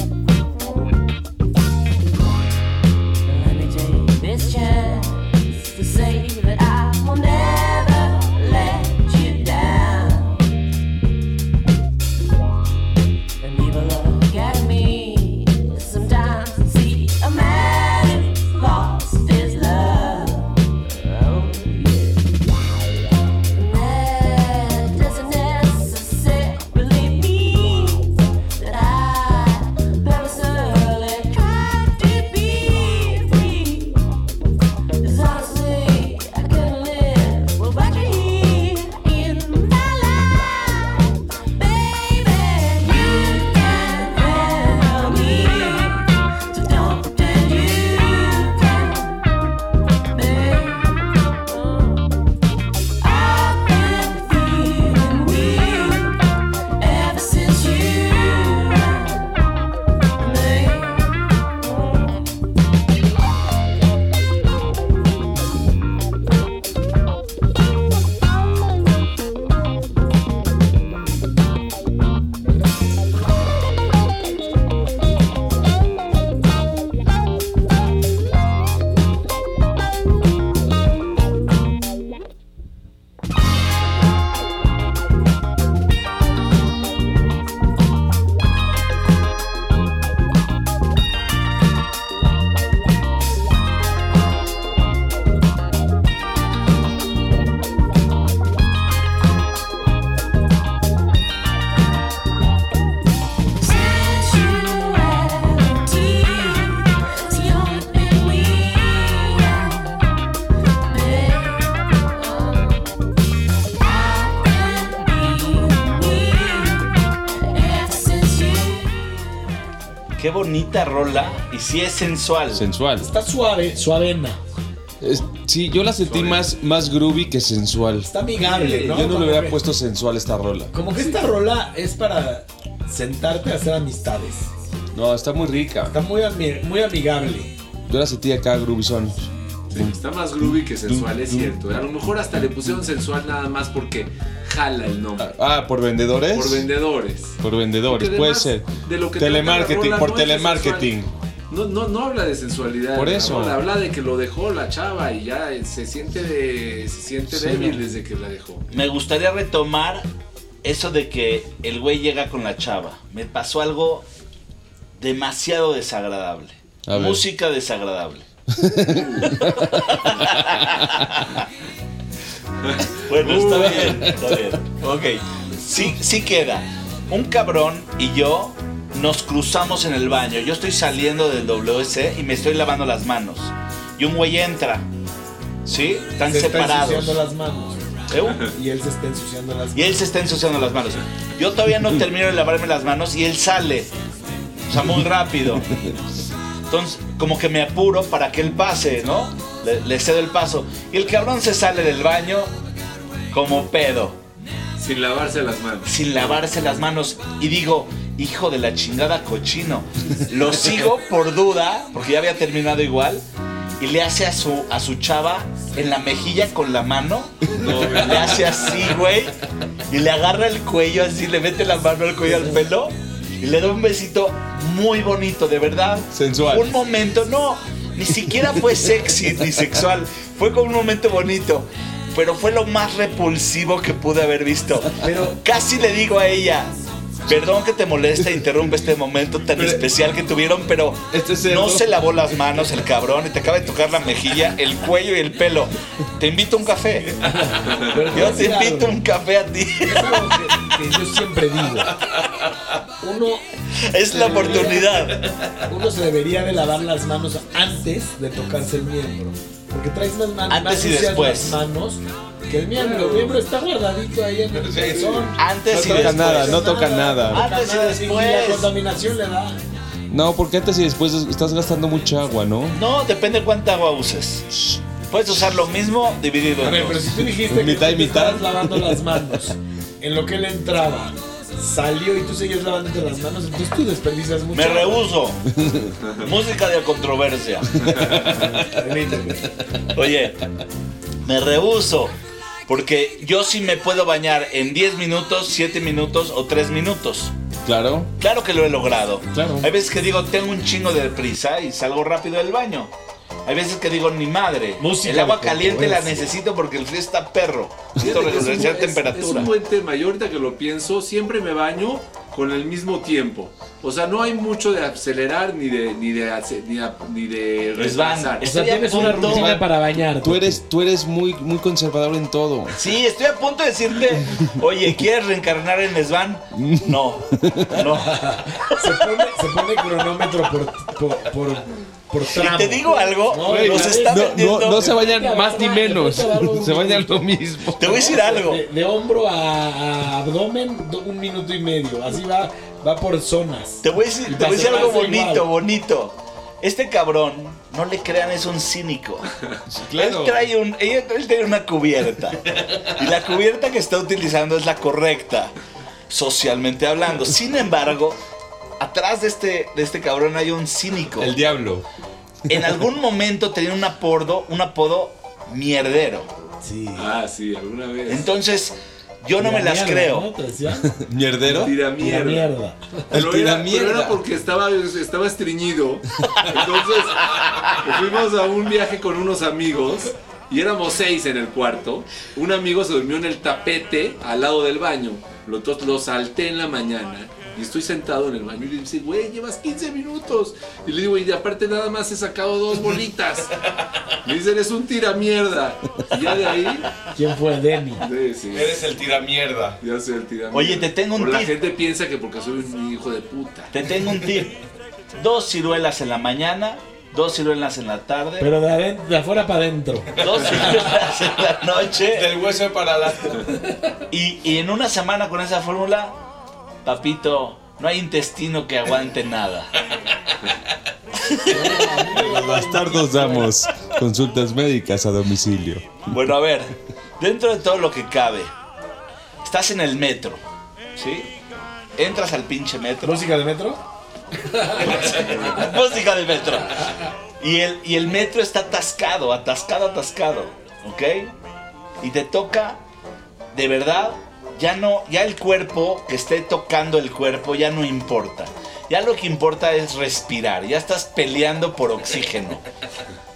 [SPEAKER 5] Qué bonita rola. Y sí es sensual.
[SPEAKER 7] Sensual.
[SPEAKER 2] Está suave, suavena.
[SPEAKER 7] Es- sí, yo la sentí más, más groovy que sensual.
[SPEAKER 2] Está amigable, ¿no?
[SPEAKER 7] Yo no
[SPEAKER 2] Como
[SPEAKER 7] le hubiera
[SPEAKER 2] que-
[SPEAKER 7] puesto sensual esta rola.
[SPEAKER 2] Como que esta rola es para sentarte a hacer amistades.
[SPEAKER 7] No, está muy rica.
[SPEAKER 2] Está muy, ami- muy amigable.
[SPEAKER 7] Yo la sentí acá groovy son.
[SPEAKER 3] Sí, está más groovy que sensual, es cierto. A lo mejor hasta le pusieron sensual nada más porque jala el nombre.
[SPEAKER 7] Ah, por vendedores.
[SPEAKER 3] Por vendedores.
[SPEAKER 7] Por vendedores,
[SPEAKER 3] Porque
[SPEAKER 7] puede
[SPEAKER 3] además,
[SPEAKER 7] ser.
[SPEAKER 3] de lo que
[SPEAKER 7] telemarketing,
[SPEAKER 3] trata la rola
[SPEAKER 7] por
[SPEAKER 3] no es de
[SPEAKER 7] telemarketing.
[SPEAKER 3] No, no, no habla de sensualidad.
[SPEAKER 7] Por
[SPEAKER 3] la
[SPEAKER 7] eso.
[SPEAKER 3] rola, habla de que lo dejó la chava y ya eh, se siente, de- se siente
[SPEAKER 7] Sí,
[SPEAKER 3] débil
[SPEAKER 7] no.
[SPEAKER 3] desde que la dejó.
[SPEAKER 5] Me gustaría retomar eso de que el güey llega con la chava. Me pasó algo demasiado desagradable.
[SPEAKER 7] A ver.
[SPEAKER 2] *laughs*
[SPEAKER 5] Música desagradable. bueno,
[SPEAKER 2] Uh.
[SPEAKER 5] está bien, está bien. Ok, sí, sí queda. Un cabrón y yo nos cruzamos en el baño. Yo estoy saliendo del WC y me estoy lavando las manos. Y un güey entra. ¿Sí? Están
[SPEAKER 2] se está
[SPEAKER 5] separados.
[SPEAKER 2] ensuciando las manos.
[SPEAKER 5] ¿Eh?
[SPEAKER 2] Y él se está ensuciando las
[SPEAKER 5] Y
[SPEAKER 2] manos.
[SPEAKER 5] él se está ensuciando las manos. Yo todavía no termino de lavarme las manos y él sale. O sea, muy rápido. Entonces, como que me apuro para que él pase, ¿no? Le, le cedo el paso. Y el cabrón se sale del baño como pedo,
[SPEAKER 3] Sin lavarse las manos.
[SPEAKER 5] sin lavarse las manos. Y digo, hijo de la chingada cochino. Lo sigo por duda, porque ya había terminado igual. Y le hace a su, a su chava en la mejilla con la mano. *laughs* le hace así, güey. Y le agarra el cuello así, le mete la mano al cuello al pelo. Y le da un besito muy bonito, de verdad.
[SPEAKER 7] Sensual.
[SPEAKER 5] Un momento, no. Ni siquiera fue sexy ni sexual. Fue como un momento bonito. Pero fue lo más repulsivo que pude haber visto. Pero casi le digo a ella. Perdón que te molesta e interrumpe este momento tan
[SPEAKER 7] Pero-
[SPEAKER 5] especial que tuvieron, pero
[SPEAKER 7] Este es el-
[SPEAKER 5] no se lavó las manos el cabrón y te acaba de tocar la mejilla, el cuello y el pelo. Te invito a un café.
[SPEAKER 2] Pero voy a
[SPEAKER 5] Yo te
[SPEAKER 2] decir
[SPEAKER 5] invito a
[SPEAKER 2] algo.
[SPEAKER 5] un café a ti. *laughs*
[SPEAKER 2] Es algo que, que yo siempre digo. Uno,
[SPEAKER 5] Es la oportunidad.
[SPEAKER 2] uno se debería de lavar las manos antes de tocarse el miembro. Porque traes más manos.
[SPEAKER 5] Antes y después.
[SPEAKER 2] Las manos que el miembro. El miembro está guardadito ahí en el pezón.
[SPEAKER 7] No
[SPEAKER 5] Antes y
[SPEAKER 7] toca
[SPEAKER 5] después.
[SPEAKER 7] nada, no toca nada.
[SPEAKER 5] Antes y después.
[SPEAKER 2] la contaminación le da.
[SPEAKER 7] No, porque antes y después estás gastando mucha agua, ¿no?
[SPEAKER 5] No, depende cuánta agua uses. Puedes usar lo mismo dividido
[SPEAKER 2] A
[SPEAKER 5] en
[SPEAKER 2] ver,
[SPEAKER 5] dos.
[SPEAKER 2] pero si tú dijiste
[SPEAKER 7] Mitad
[SPEAKER 2] que tú te
[SPEAKER 7] y mitad.
[SPEAKER 2] estabas lavando las manos en lo que él entraba, salió y tú seguías lavándote las manos, entonces tú desperdicias mucho.
[SPEAKER 5] Me rehuso. Música de controversia.
[SPEAKER 2] Permíteme.
[SPEAKER 5] Oye, me rehuso. Porque yo sí me puedo bañar en 10 minutos, 7 minutos o 3 minutos.
[SPEAKER 7] Claro.
[SPEAKER 5] Claro que lo he logrado.
[SPEAKER 7] Claro.
[SPEAKER 5] Hay veces que digo, tengo un chingo de prisa y salgo rápido del baño. Hay veces que digo, ni madre.
[SPEAKER 2] Música
[SPEAKER 5] el agua
[SPEAKER 2] de
[SPEAKER 5] caliente la
[SPEAKER 2] controversia.
[SPEAKER 5] necesito porque el frío está perro. Necesito
[SPEAKER 3] Fíjate que es un-
[SPEAKER 5] regularizar
[SPEAKER 3] es- Es
[SPEAKER 5] temperatura.
[SPEAKER 3] un buen tema. Yo ahorita que lo pienso, siempre me baño con el mismo tiempo. O sea, no hay mucho de acelerar ni de ni de ace- ni, a- ni de
[SPEAKER 5] Resbán.
[SPEAKER 3] retrasar.
[SPEAKER 5] Es- Estoy a punto-
[SPEAKER 2] para bañar.
[SPEAKER 7] Tú eres, tú eres muy, muy conservador en todo.
[SPEAKER 5] Sí, estoy a punto de decirte, oye, ¿quieres reencarnar en Svan? No, no.
[SPEAKER 2] Se pone, se pone cronómetro por, por, por, por
[SPEAKER 5] Y
[SPEAKER 2] tramo.
[SPEAKER 5] te digo algo,
[SPEAKER 2] No,
[SPEAKER 5] nos
[SPEAKER 2] no,
[SPEAKER 5] está
[SPEAKER 7] No,
[SPEAKER 5] vendiendo.
[SPEAKER 7] no, no se vayan más ni
[SPEAKER 2] Te
[SPEAKER 7] menos.
[SPEAKER 2] puedo dar un-
[SPEAKER 7] Se vayan lo mismo.
[SPEAKER 5] Te voy a decir algo.
[SPEAKER 2] De, de hombro a, a abdomen, do- un minuto y medio. Así va, va por zonas.
[SPEAKER 5] Te voy a decir, te voy a decir
[SPEAKER 2] pasa-
[SPEAKER 5] algo
[SPEAKER 2] pasa
[SPEAKER 5] bonito,
[SPEAKER 2] igual.
[SPEAKER 5] bonito. Este cabrón, no le crean, es un cínico.
[SPEAKER 7] claro.
[SPEAKER 5] Él trae, un, ella- él trae una cubierta. Y la cubierta que está utilizando es la correcta, socialmente hablando. Sin embargo, atrás de este, de este cabrón hay un cínico.
[SPEAKER 7] El diablo.
[SPEAKER 5] En algún momento tenía un apodo, un apodo mierdero.
[SPEAKER 2] Sí.
[SPEAKER 3] Ah, sí, alguna vez.
[SPEAKER 5] Entonces, yo no me las creo.
[SPEAKER 2] *laughs*
[SPEAKER 7] ¿Mierdero?
[SPEAKER 3] Tira
[SPEAKER 2] Mira
[SPEAKER 3] mierda.
[SPEAKER 2] mierda.
[SPEAKER 7] El
[SPEAKER 3] Pero era, pero
[SPEAKER 7] tiramierda.
[SPEAKER 3] era porque estaba, estaba estreñido. Entonces fuimos a un viaje con unos amigos y éramos seis en el cuarto. Un amigo se durmió en el tapete al lado del baño. Lo, to- lo salté en la mañana y estoy sentado en el baño y le dice, güey, llevas 15 minutos. Y le digo, y aparte nada más he sacado dos bolitas. Me dice, eres un tiramierda. Y ya de ahí,
[SPEAKER 2] ¿Quién fue Denny?
[SPEAKER 3] sí, sí,
[SPEAKER 7] el tiramierda.
[SPEAKER 3] ya soy el tiramierda.
[SPEAKER 5] Oye, te tengo un
[SPEAKER 3] O La
[SPEAKER 5] tip.
[SPEAKER 3] gente piensa que porque soy un hijo de puta.
[SPEAKER 5] Te tengo un tip. Dos ciruelas en la mañana, dos ciruelas en la tarde,
[SPEAKER 2] Pero de, aden- de afuera para adentro.
[SPEAKER 5] dos ciruelas en la noche.
[SPEAKER 7] hueso para la.
[SPEAKER 5] Y, y en una semana con esa fórmula, papito, No hay intestino que aguante nada.
[SPEAKER 7] Los bastardos damos consultas médicas a domicilio.
[SPEAKER 5] Bueno, a ver, dentro de todo lo que cabe, estás en el metro, ¿sí? Entras al pinche metro.
[SPEAKER 2] ¿Música de metro?
[SPEAKER 5] Música de metro. Y el, y el metro está atascado, atascado, atascado. ¿Ok? Y te toca, de verdad, ya no, ya el cuerpo que esté tocando el cuerpo ya no importa. Ya lo que importa es respirar. Ya estás peleando por oxígeno.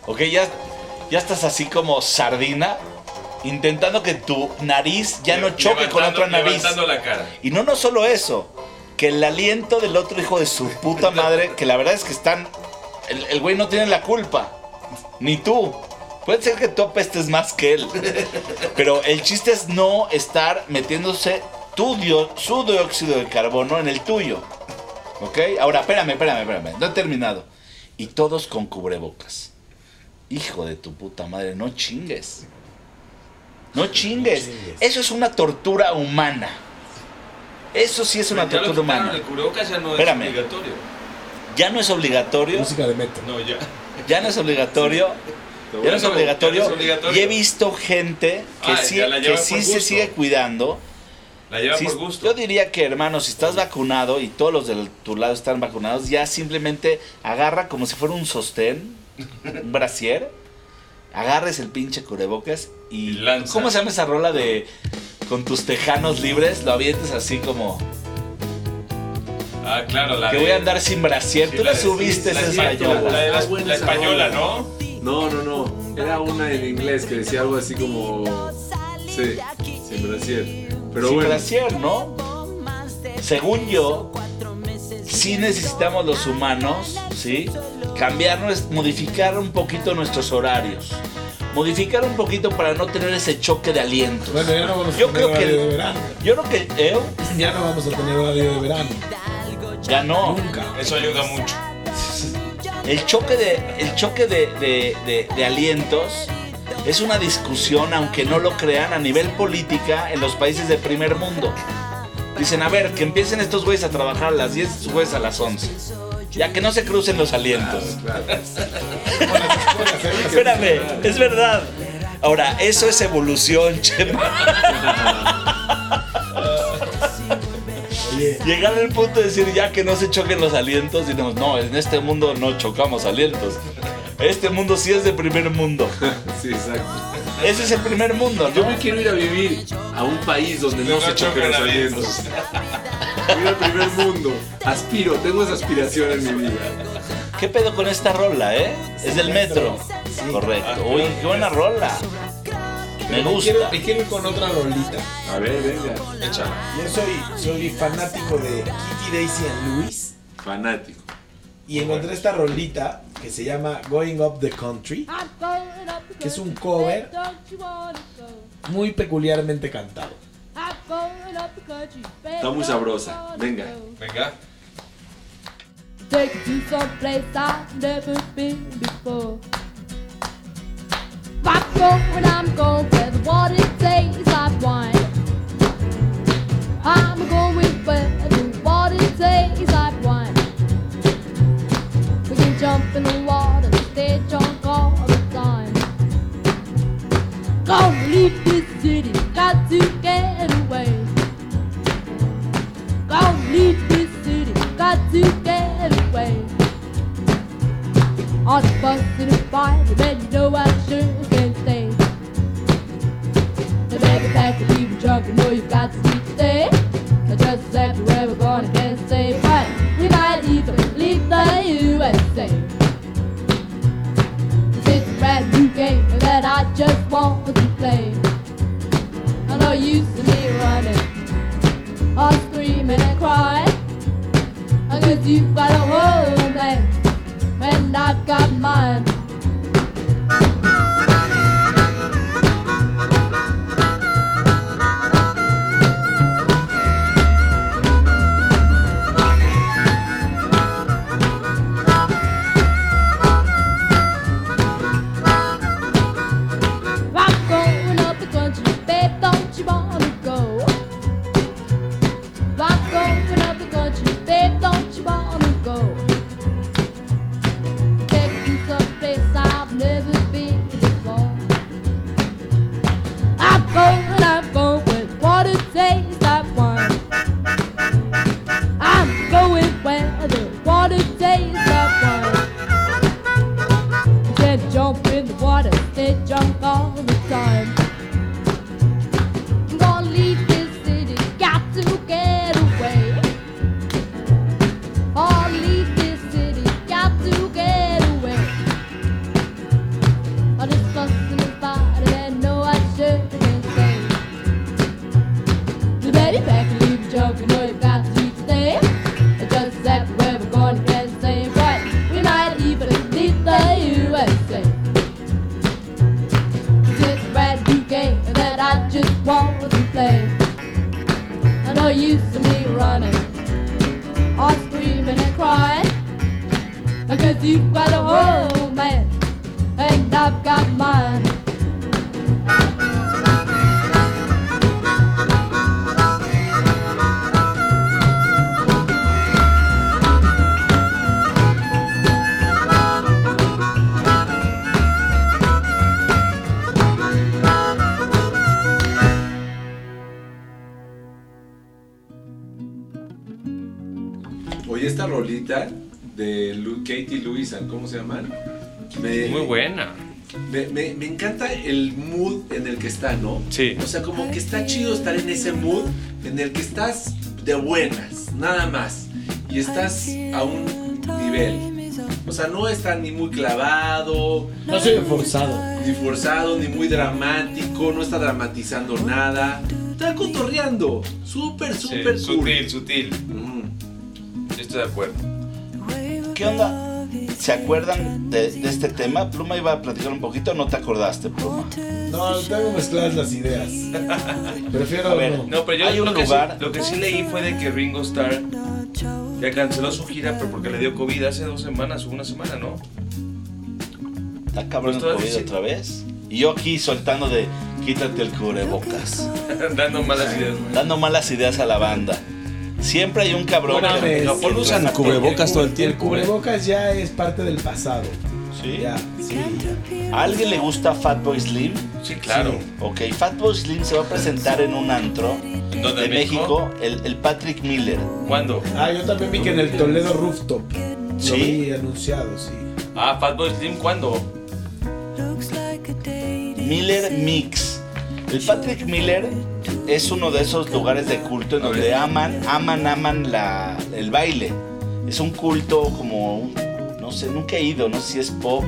[SPEAKER 5] ¿Ok? Ya, ya estás así como sardina. Intentando que tu nariz ya no choque con otra nariz.
[SPEAKER 4] Levantando la cara.
[SPEAKER 5] Y no, no solo eso, que el aliento del otro hijo de su puta madre, que la verdad es que están. El, el güey no tiene la culpa, ni tú. Puede ser que tú apestes más que él. Pero el chiste es no estar metiéndose tu dio- su dióxido de carbono en el tuyo. ¿Ok? Ahora, espérame, espérame, espérame. No he terminado. Y todos con cubrebocas. Hijo de tu puta madre, no chingues. No chingues. Eso es una tortura humana. Eso sí es una
[SPEAKER 4] Ya lo
[SPEAKER 5] tortura
[SPEAKER 4] quitaron,
[SPEAKER 5] humana.
[SPEAKER 4] el cubrebocas ya no
[SPEAKER 5] Espérame.
[SPEAKER 4] es obligatorio.
[SPEAKER 5] Ya no es obligatorio.
[SPEAKER 2] Música de metro.
[SPEAKER 4] No, ya.
[SPEAKER 5] Ya no es obligatorio. Ya no es obligatorio.
[SPEAKER 4] Ya no es obligatorio.
[SPEAKER 5] Y he visto gente que
[SPEAKER 4] Ah,
[SPEAKER 5] sí,
[SPEAKER 4] ya la
[SPEAKER 5] que
[SPEAKER 4] llevan
[SPEAKER 5] sí
[SPEAKER 4] por
[SPEAKER 5] se
[SPEAKER 4] gusto.
[SPEAKER 5] sigue cuidando.
[SPEAKER 4] La lleva
[SPEAKER 5] Sí,
[SPEAKER 4] por gusto.
[SPEAKER 5] Yo diría que, hermano, si estás vacunado y todos los de tu lado están vacunados, ya simplemente agarra como si fuera un sostén, un brasier, agarres el pinche cubrebocas y,
[SPEAKER 4] Y lanza.
[SPEAKER 5] ¿Cómo se llama esa rola de con tus tejanos libres? Lo avientes así como
[SPEAKER 4] Ah, claro, la
[SPEAKER 5] que
[SPEAKER 4] de-
[SPEAKER 5] voy a andar sin brasier.
[SPEAKER 4] sí,
[SPEAKER 5] Tú la
[SPEAKER 4] de-
[SPEAKER 5] subiste
[SPEAKER 4] sí,
[SPEAKER 5] esa
[SPEAKER 4] la-
[SPEAKER 5] española.
[SPEAKER 4] La, la-
[SPEAKER 3] Ah, buena
[SPEAKER 4] la
[SPEAKER 3] esa
[SPEAKER 4] española,
[SPEAKER 3] rola.
[SPEAKER 4] ¿no?
[SPEAKER 3] No, no, no. Era una en inglés que decía algo así como. Sí, sin brasier. Pero
[SPEAKER 5] sin
[SPEAKER 3] bueno.
[SPEAKER 5] brasier, ¿no? Según yo, sí necesitamos los humanos, ¿sí? Cambiar, nues- modificar un poquito nuestros horarios. Modificar un poquito para no tener ese choque de alientos.
[SPEAKER 2] Bueno, ya no vamos a
[SPEAKER 5] Yo
[SPEAKER 2] tener
[SPEAKER 5] creo que-
[SPEAKER 2] horario de verano.
[SPEAKER 5] Yo creo que eh,
[SPEAKER 2] Ya no vamos a tener horario de verano.
[SPEAKER 5] ya no.
[SPEAKER 2] Nunca.
[SPEAKER 4] Eso ayuda mucho.
[SPEAKER 5] El choque de, el choque de, de- de- de alientos es una discusión, aunque no lo crean, a nivel política en los países del primer mundo. Dicen, a ver, que empiecen estos güeyes a trabajar a las 10, estos güeyes a las 11. Ya que no se crucen los alientos. *laughs* Espérame, es verdad. Ahora, eso es evolución, *laughs* Chema.
[SPEAKER 2] Oye,
[SPEAKER 5] Llegar al punto de decir ya que no se choquen los alientos, y no, no, en este mundo no chocamos alientos. Este mundo sí es de primer mundo.
[SPEAKER 3] Sí, exacto.
[SPEAKER 5] Ese es el primer mundo,
[SPEAKER 3] Yo
[SPEAKER 5] ¿no?
[SPEAKER 3] me quiero ir a vivir a un país donde no, se chocan los alientos. Ir al primer mundo. Aspiro, tengo esa aspiración en mi vida.
[SPEAKER 5] ¿Qué pedo con esta rola, eh? Es del metro. Correcto. Uy, qué buena rola.
[SPEAKER 2] me
[SPEAKER 5] Me
[SPEAKER 2] quiero,
[SPEAKER 5] gusta.
[SPEAKER 2] me quiero ir con otra rolita.
[SPEAKER 3] A ver, venga.
[SPEAKER 2] Yo soy, soy fanático de Kitty Daisy and Louis.
[SPEAKER 3] Fanático.
[SPEAKER 2] Y encontré esta rolita que se llama Going Up the Country,
[SPEAKER 9] que es un cover
[SPEAKER 2] muy peculiarmente cantado.
[SPEAKER 9] está
[SPEAKER 3] muy sabrosa. Venga.
[SPEAKER 4] Venga.
[SPEAKER 9] Take you to some place I've never been before. I'm going, I'm going where the water tastes like wine. I'm going where the water tastes like wine. We can jump in the water, stay drunk all the time. Gonna leave this city, got to get away. Gonna leave this city, got to get away. On the bus in a fight, man, you know I sure can stay. The baby pack a even drunk, you know you got to keep stay. I just left where we're gonna get safe, but we might even leave the USA. This is a brand new game that I just want to play. I know you see me running all screaming and crying. Cause you've got a whole man, and I've got mine. I'm going up the country, babe, don't you wanna go? Rock going up the country, babe, Cause you've got a whole man, and I've got mine.
[SPEAKER 3] Oye, esta rolita de Lu- Katie Louisan, ¿cómo se llaman? Me-
[SPEAKER 4] Muy buena.
[SPEAKER 3] Me, me- me encanta el mood en el que está, ¿no?
[SPEAKER 4] Sí.
[SPEAKER 3] O sea, como que está chido estar en ese mood en el que estás de buenas, nada más. Y estás a un nivel. O sea, no está ni muy clavado,
[SPEAKER 2] No soy forzado.
[SPEAKER 3] ni forzado, ni muy dramático, no está dramatizando nada. Está cotorreando. Súper,
[SPEAKER 4] Sí,
[SPEAKER 3] súper cool.
[SPEAKER 4] sutil, sutil.
[SPEAKER 3] Mm.
[SPEAKER 4] Yo estoy de acuerdo.
[SPEAKER 5] ¿Qué onda? ¿Se acuerdan de, de este tema? Pluma iba a platicar un poquito, no te acordaste, Pluma.
[SPEAKER 2] No, tengo mezcladas las *laughs* ideas. Prefiero
[SPEAKER 5] A ver,
[SPEAKER 2] no.
[SPEAKER 4] No, pero yo
[SPEAKER 5] Hay un
[SPEAKER 4] lo, que
[SPEAKER 5] lugar-
[SPEAKER 4] sí, lo que sí leí fue de que Ringo Starr ya canceló su gira, pero porque le dio COVID hace dos semanas o una semana, ¿no? *laughs*
[SPEAKER 5] Está cabrón
[SPEAKER 4] Pues
[SPEAKER 5] el COVID
[SPEAKER 4] todavía sí.
[SPEAKER 5] otra vez. Y yo aquí soltando de quítate el cubrebocas.
[SPEAKER 4] Dando malas ideas, güey.
[SPEAKER 5] Dando malas ideas a la banda. Siempre hay un cabrón
[SPEAKER 2] No mames.
[SPEAKER 5] en Japón
[SPEAKER 2] El
[SPEAKER 5] usan
[SPEAKER 7] cubrebocas todo el
[SPEAKER 2] El
[SPEAKER 7] tiempo. ¿eh?
[SPEAKER 2] cubrebocas ya es parte del pasado.
[SPEAKER 5] Sí.
[SPEAKER 2] Ya, sí.
[SPEAKER 5] ¿A alguien le gusta Fatboy Slim?
[SPEAKER 4] Sí, claro.
[SPEAKER 5] Ok, Fatboy Slim se va a presentar en un antro
[SPEAKER 4] ¿En dónde,
[SPEAKER 5] de
[SPEAKER 4] en México?
[SPEAKER 5] México, el, el Patrick Miller.
[SPEAKER 4] ¿Cuándo?
[SPEAKER 2] Ah, yo también vi que en el Toledo Rooftop. Lo
[SPEAKER 5] Sí.
[SPEAKER 2] vi anunciado, sí.
[SPEAKER 4] Ah, Fatboy Slim, ¿cuándo?
[SPEAKER 5] Miller Mix. El Patrick Miller es uno de esos lugares de culto en
[SPEAKER 4] A
[SPEAKER 5] donde
[SPEAKER 4] ver.
[SPEAKER 5] aman, aman, aman la, el baile. Es un culto como, un- no sé, nunca he ido, no sé si es pop.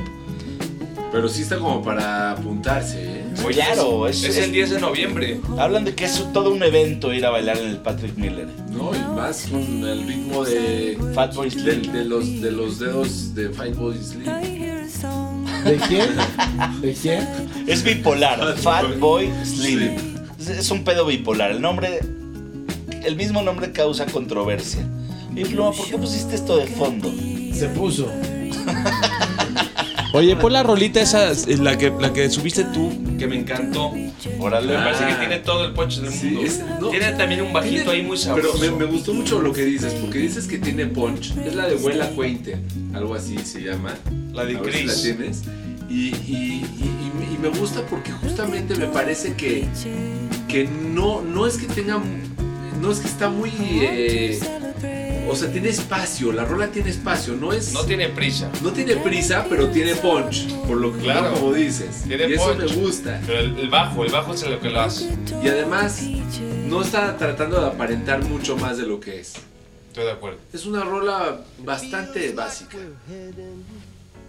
[SPEAKER 3] Pero sí está como para apuntarse, ¿eh?
[SPEAKER 4] Oye,
[SPEAKER 5] Claro,
[SPEAKER 4] es,
[SPEAKER 5] es-
[SPEAKER 4] es el 10 de noviembre.
[SPEAKER 5] Hablan de que es todo un evento ir a bailar en el Patrick Miller.
[SPEAKER 3] No, y más con el ritmo de,
[SPEAKER 5] Fatboy
[SPEAKER 3] de,
[SPEAKER 5] Slim.
[SPEAKER 3] de los, de los dedos de Five Boys Slim.
[SPEAKER 2] ¿De quién? ¿De quién?
[SPEAKER 5] Es *laughs* bipolar. Fatboy Slim.
[SPEAKER 3] Sí.
[SPEAKER 5] Es- Es un pedo bipolar. El nombre. El mismo nombre causa controversia. Y Pluma, ¿por qué pusiste esto de fondo?
[SPEAKER 2] Se puso.
[SPEAKER 7] Oye, pon la rolita esa, eh, la que, la que subiste tú.
[SPEAKER 4] Que me encantó. Me
[SPEAKER 5] Órale.
[SPEAKER 3] Ah.
[SPEAKER 4] parece que tiene todo el poche del
[SPEAKER 3] Sí,
[SPEAKER 4] mundo.
[SPEAKER 3] es- no.
[SPEAKER 4] tiene también un bajito
[SPEAKER 3] Tiene-
[SPEAKER 4] ahí muy sabroso.
[SPEAKER 3] Pero me, me gustó mucho lo que dices, porque dices que tiene punch. Es la de Huela Cuente, algo así se llama.
[SPEAKER 4] La de
[SPEAKER 3] A ver si
[SPEAKER 4] Chris.
[SPEAKER 3] la tienes. Y, y- y- y- y me gusta porque justamente me parece que, que no, no es que tenga. No es que está muy. eh, o sea, tiene espacio, la rola tiene espacio, no es.
[SPEAKER 4] No tiene prisa.
[SPEAKER 3] No tiene prisa, pero tiene punch, por lo que
[SPEAKER 4] Claro.
[SPEAKER 3] como dices.
[SPEAKER 4] Tiene
[SPEAKER 3] y eso
[SPEAKER 4] punch.
[SPEAKER 3] me gusta.
[SPEAKER 4] Pero el, el bajo, el bajo es lo que lo hace.
[SPEAKER 3] Y además, no está tratando de aparentar mucho más de lo que es.
[SPEAKER 4] Estoy de acuerdo.
[SPEAKER 3] Es una rola bastante básica.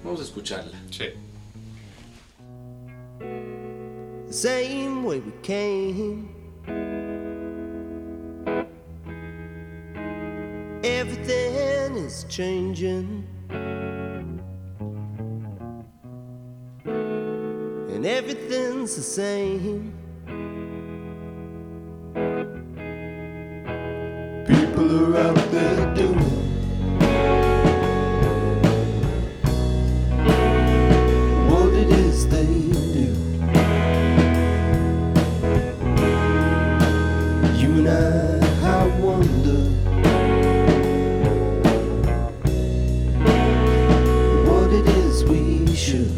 [SPEAKER 3] Vamos a escucharla.
[SPEAKER 4] Sí.
[SPEAKER 10] the same way we came. Everything is changing, and everything's the same. People are out there doing what it is they do. You and I, I wonder what it is we should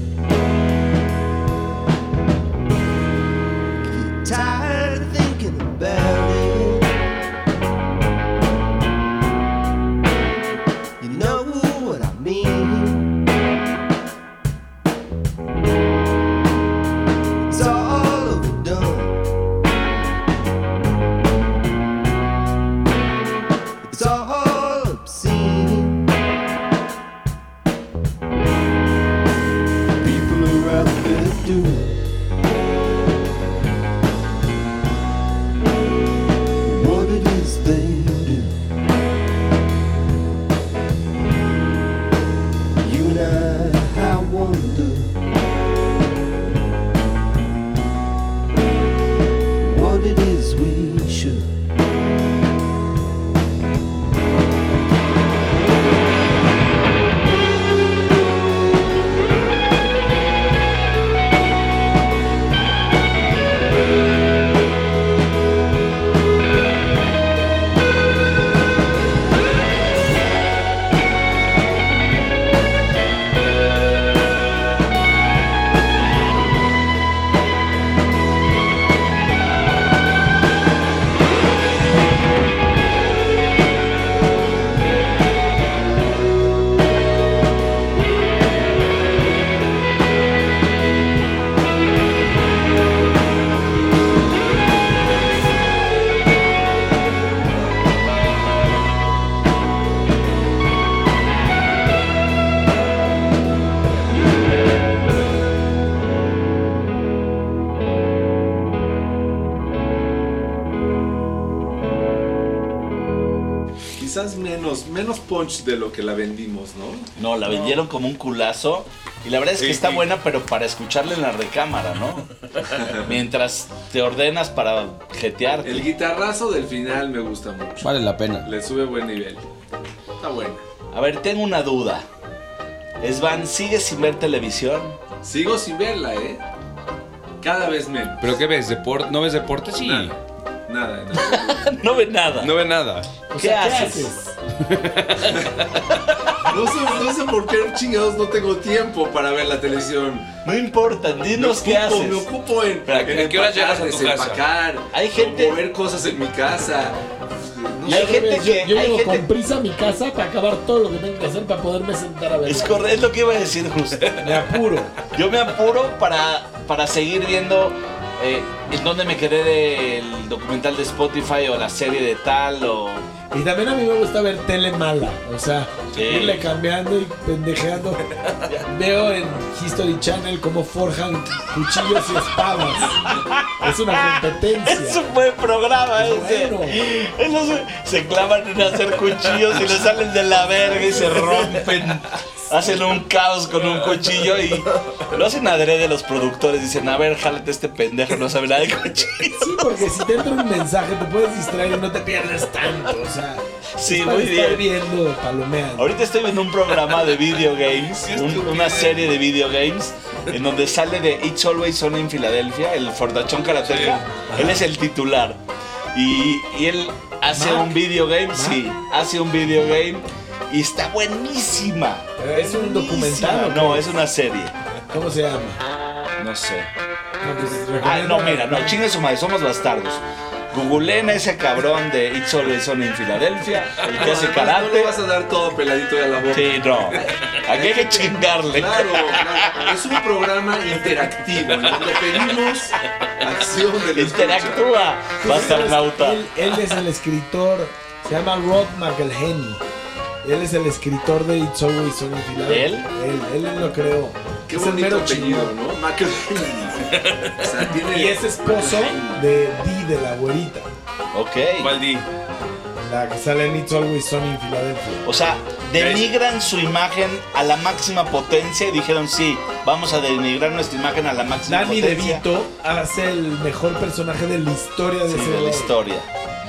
[SPEAKER 10] get tired of thinking about it.
[SPEAKER 3] menos, menos punch de lo que la vendimos, ¿no?
[SPEAKER 5] No, la vendieron como un culazo. Y la verdad es que
[SPEAKER 4] Sí,
[SPEAKER 5] está
[SPEAKER 4] sí.
[SPEAKER 5] buena, pero para escucharla en la recámara, *laughs* ¿no? Mientras te ordenas para jetear.
[SPEAKER 3] El guitarrazo del final me gusta mucho.
[SPEAKER 7] Vale la pena.
[SPEAKER 3] Le sube buen nivel. Está buena.
[SPEAKER 5] A ver, tengo una duda. Svan, ¿sigues sin ver televisión? *laughs*
[SPEAKER 3] Sigo sin verla, ¿eh? Cada vez menos.
[SPEAKER 4] ¿Pero qué ves? ¿Deporte? ¿No ves deporte? Sí.
[SPEAKER 3] Nada. Nada, nada.
[SPEAKER 5] No ve nada.
[SPEAKER 4] No ve nada.
[SPEAKER 2] O
[SPEAKER 5] ¿Qué
[SPEAKER 2] sea,
[SPEAKER 5] haces?
[SPEAKER 3] No sé, no sé por qué chingados no tengo tiempo para ver la televisión.
[SPEAKER 5] No importa,
[SPEAKER 3] Me
[SPEAKER 5] dinos
[SPEAKER 3] ocupo,
[SPEAKER 5] qué haces.
[SPEAKER 3] me ocupo en,
[SPEAKER 5] Pero, ¿a
[SPEAKER 3] en
[SPEAKER 4] qué hora llegas a tu casa?
[SPEAKER 3] desempacar,
[SPEAKER 5] Hay gente-
[SPEAKER 3] mover cosas en mi casa. No
[SPEAKER 5] Y hay
[SPEAKER 3] sé,
[SPEAKER 5] gente
[SPEAKER 2] Yo,
[SPEAKER 5] que.
[SPEAKER 2] yo
[SPEAKER 5] hay
[SPEAKER 2] llego
[SPEAKER 5] gente-
[SPEAKER 2] con prisa a mi casa para acabar todo lo que tengo que hacer para poderme sentar a ver.
[SPEAKER 5] Es correcto, es lo que iba a decir justo.
[SPEAKER 2] Me apuro.
[SPEAKER 5] Yo me apuro para, para seguir viendo eh, en dónde me quedé del documental de Spotify o la serie de tal o.
[SPEAKER 2] Y también a mí me gusta ver tele mala. O sea,
[SPEAKER 5] Sí.
[SPEAKER 2] irle cambiando y pendejeando. Veo en History Channel cómo forjan cuchillos y espadas. Es una competencia.
[SPEAKER 5] Es un buen programa
[SPEAKER 2] Es
[SPEAKER 5] ese.
[SPEAKER 2] bueno.
[SPEAKER 5] Esos se clavan en hacer cuchillos y le salen de la verga y se rompen. Hacen un caos con un cuchillo y lo hacen adrede los productores. Dicen, a ver, jálate este pendejo, no sabe nada de cuchillos.
[SPEAKER 2] Sí, porque si te entra un mensaje te puedes distraer y no te pierdes tanto. O sea,
[SPEAKER 5] Sí,
[SPEAKER 2] para
[SPEAKER 5] muy
[SPEAKER 2] estar
[SPEAKER 5] bien.
[SPEAKER 2] viendo palomeando.
[SPEAKER 5] Ahorita estoy viendo un programa de video games, un- una serie de video games, en donde sale de It's Always Sunny en Filadelfia, el fordachón karateca. Él es el titular. Y, y él hace
[SPEAKER 2] Mark.
[SPEAKER 5] un video game, sí, hace un video game y está buenísima.
[SPEAKER 2] ¿Es un documental o
[SPEAKER 5] Buenísima.
[SPEAKER 2] qué?
[SPEAKER 5] No, es una serie.
[SPEAKER 2] ¿Cómo se llama?
[SPEAKER 5] No sé.
[SPEAKER 2] No, pues,
[SPEAKER 5] Ah,
[SPEAKER 2] recomienda-
[SPEAKER 5] no, mira, no, chingue su madre, somos bastardos. Googleen a ese cabrón de It's Always Sunny en Filadelfia, el
[SPEAKER 2] *laughs*
[SPEAKER 5] que hace
[SPEAKER 3] además, No
[SPEAKER 5] karate.
[SPEAKER 3] le vas a dar todo peladito de la boca.
[SPEAKER 5] Sí, no. Aquí hay que chingarle.
[SPEAKER 3] Claro, claro. es un programa interactivo en donde pedimos acción del
[SPEAKER 5] Interactúa, Bastardnauta.
[SPEAKER 2] Él, él es el escritor, se llama Rod McElhenney. Él es el escritor de It's Always Sunny en Philadelphia.
[SPEAKER 5] ¿Él?
[SPEAKER 2] Él, él lo creó.
[SPEAKER 3] Qué
[SPEAKER 2] es el
[SPEAKER 3] bonito
[SPEAKER 2] mero
[SPEAKER 3] apellido,
[SPEAKER 2] chingón.
[SPEAKER 3] ¿no? Michael Haney. O sea, tiene...
[SPEAKER 2] Y es esposo de Dee, de la güerita.
[SPEAKER 5] Ok.
[SPEAKER 4] Valdi.
[SPEAKER 2] La que sale en It's Always Sunny en Filadelfia.
[SPEAKER 5] O sea, denigran su imagen a la máxima potencia y dijeron, sí, vamos a denigrar nuestra imagen a la máxima
[SPEAKER 2] Danny
[SPEAKER 5] potencia.
[SPEAKER 2] DeVito hace el mejor personaje de la historia de,
[SPEAKER 5] Sí,
[SPEAKER 2] ese
[SPEAKER 5] de la
[SPEAKER 2] güey.
[SPEAKER 5] historia.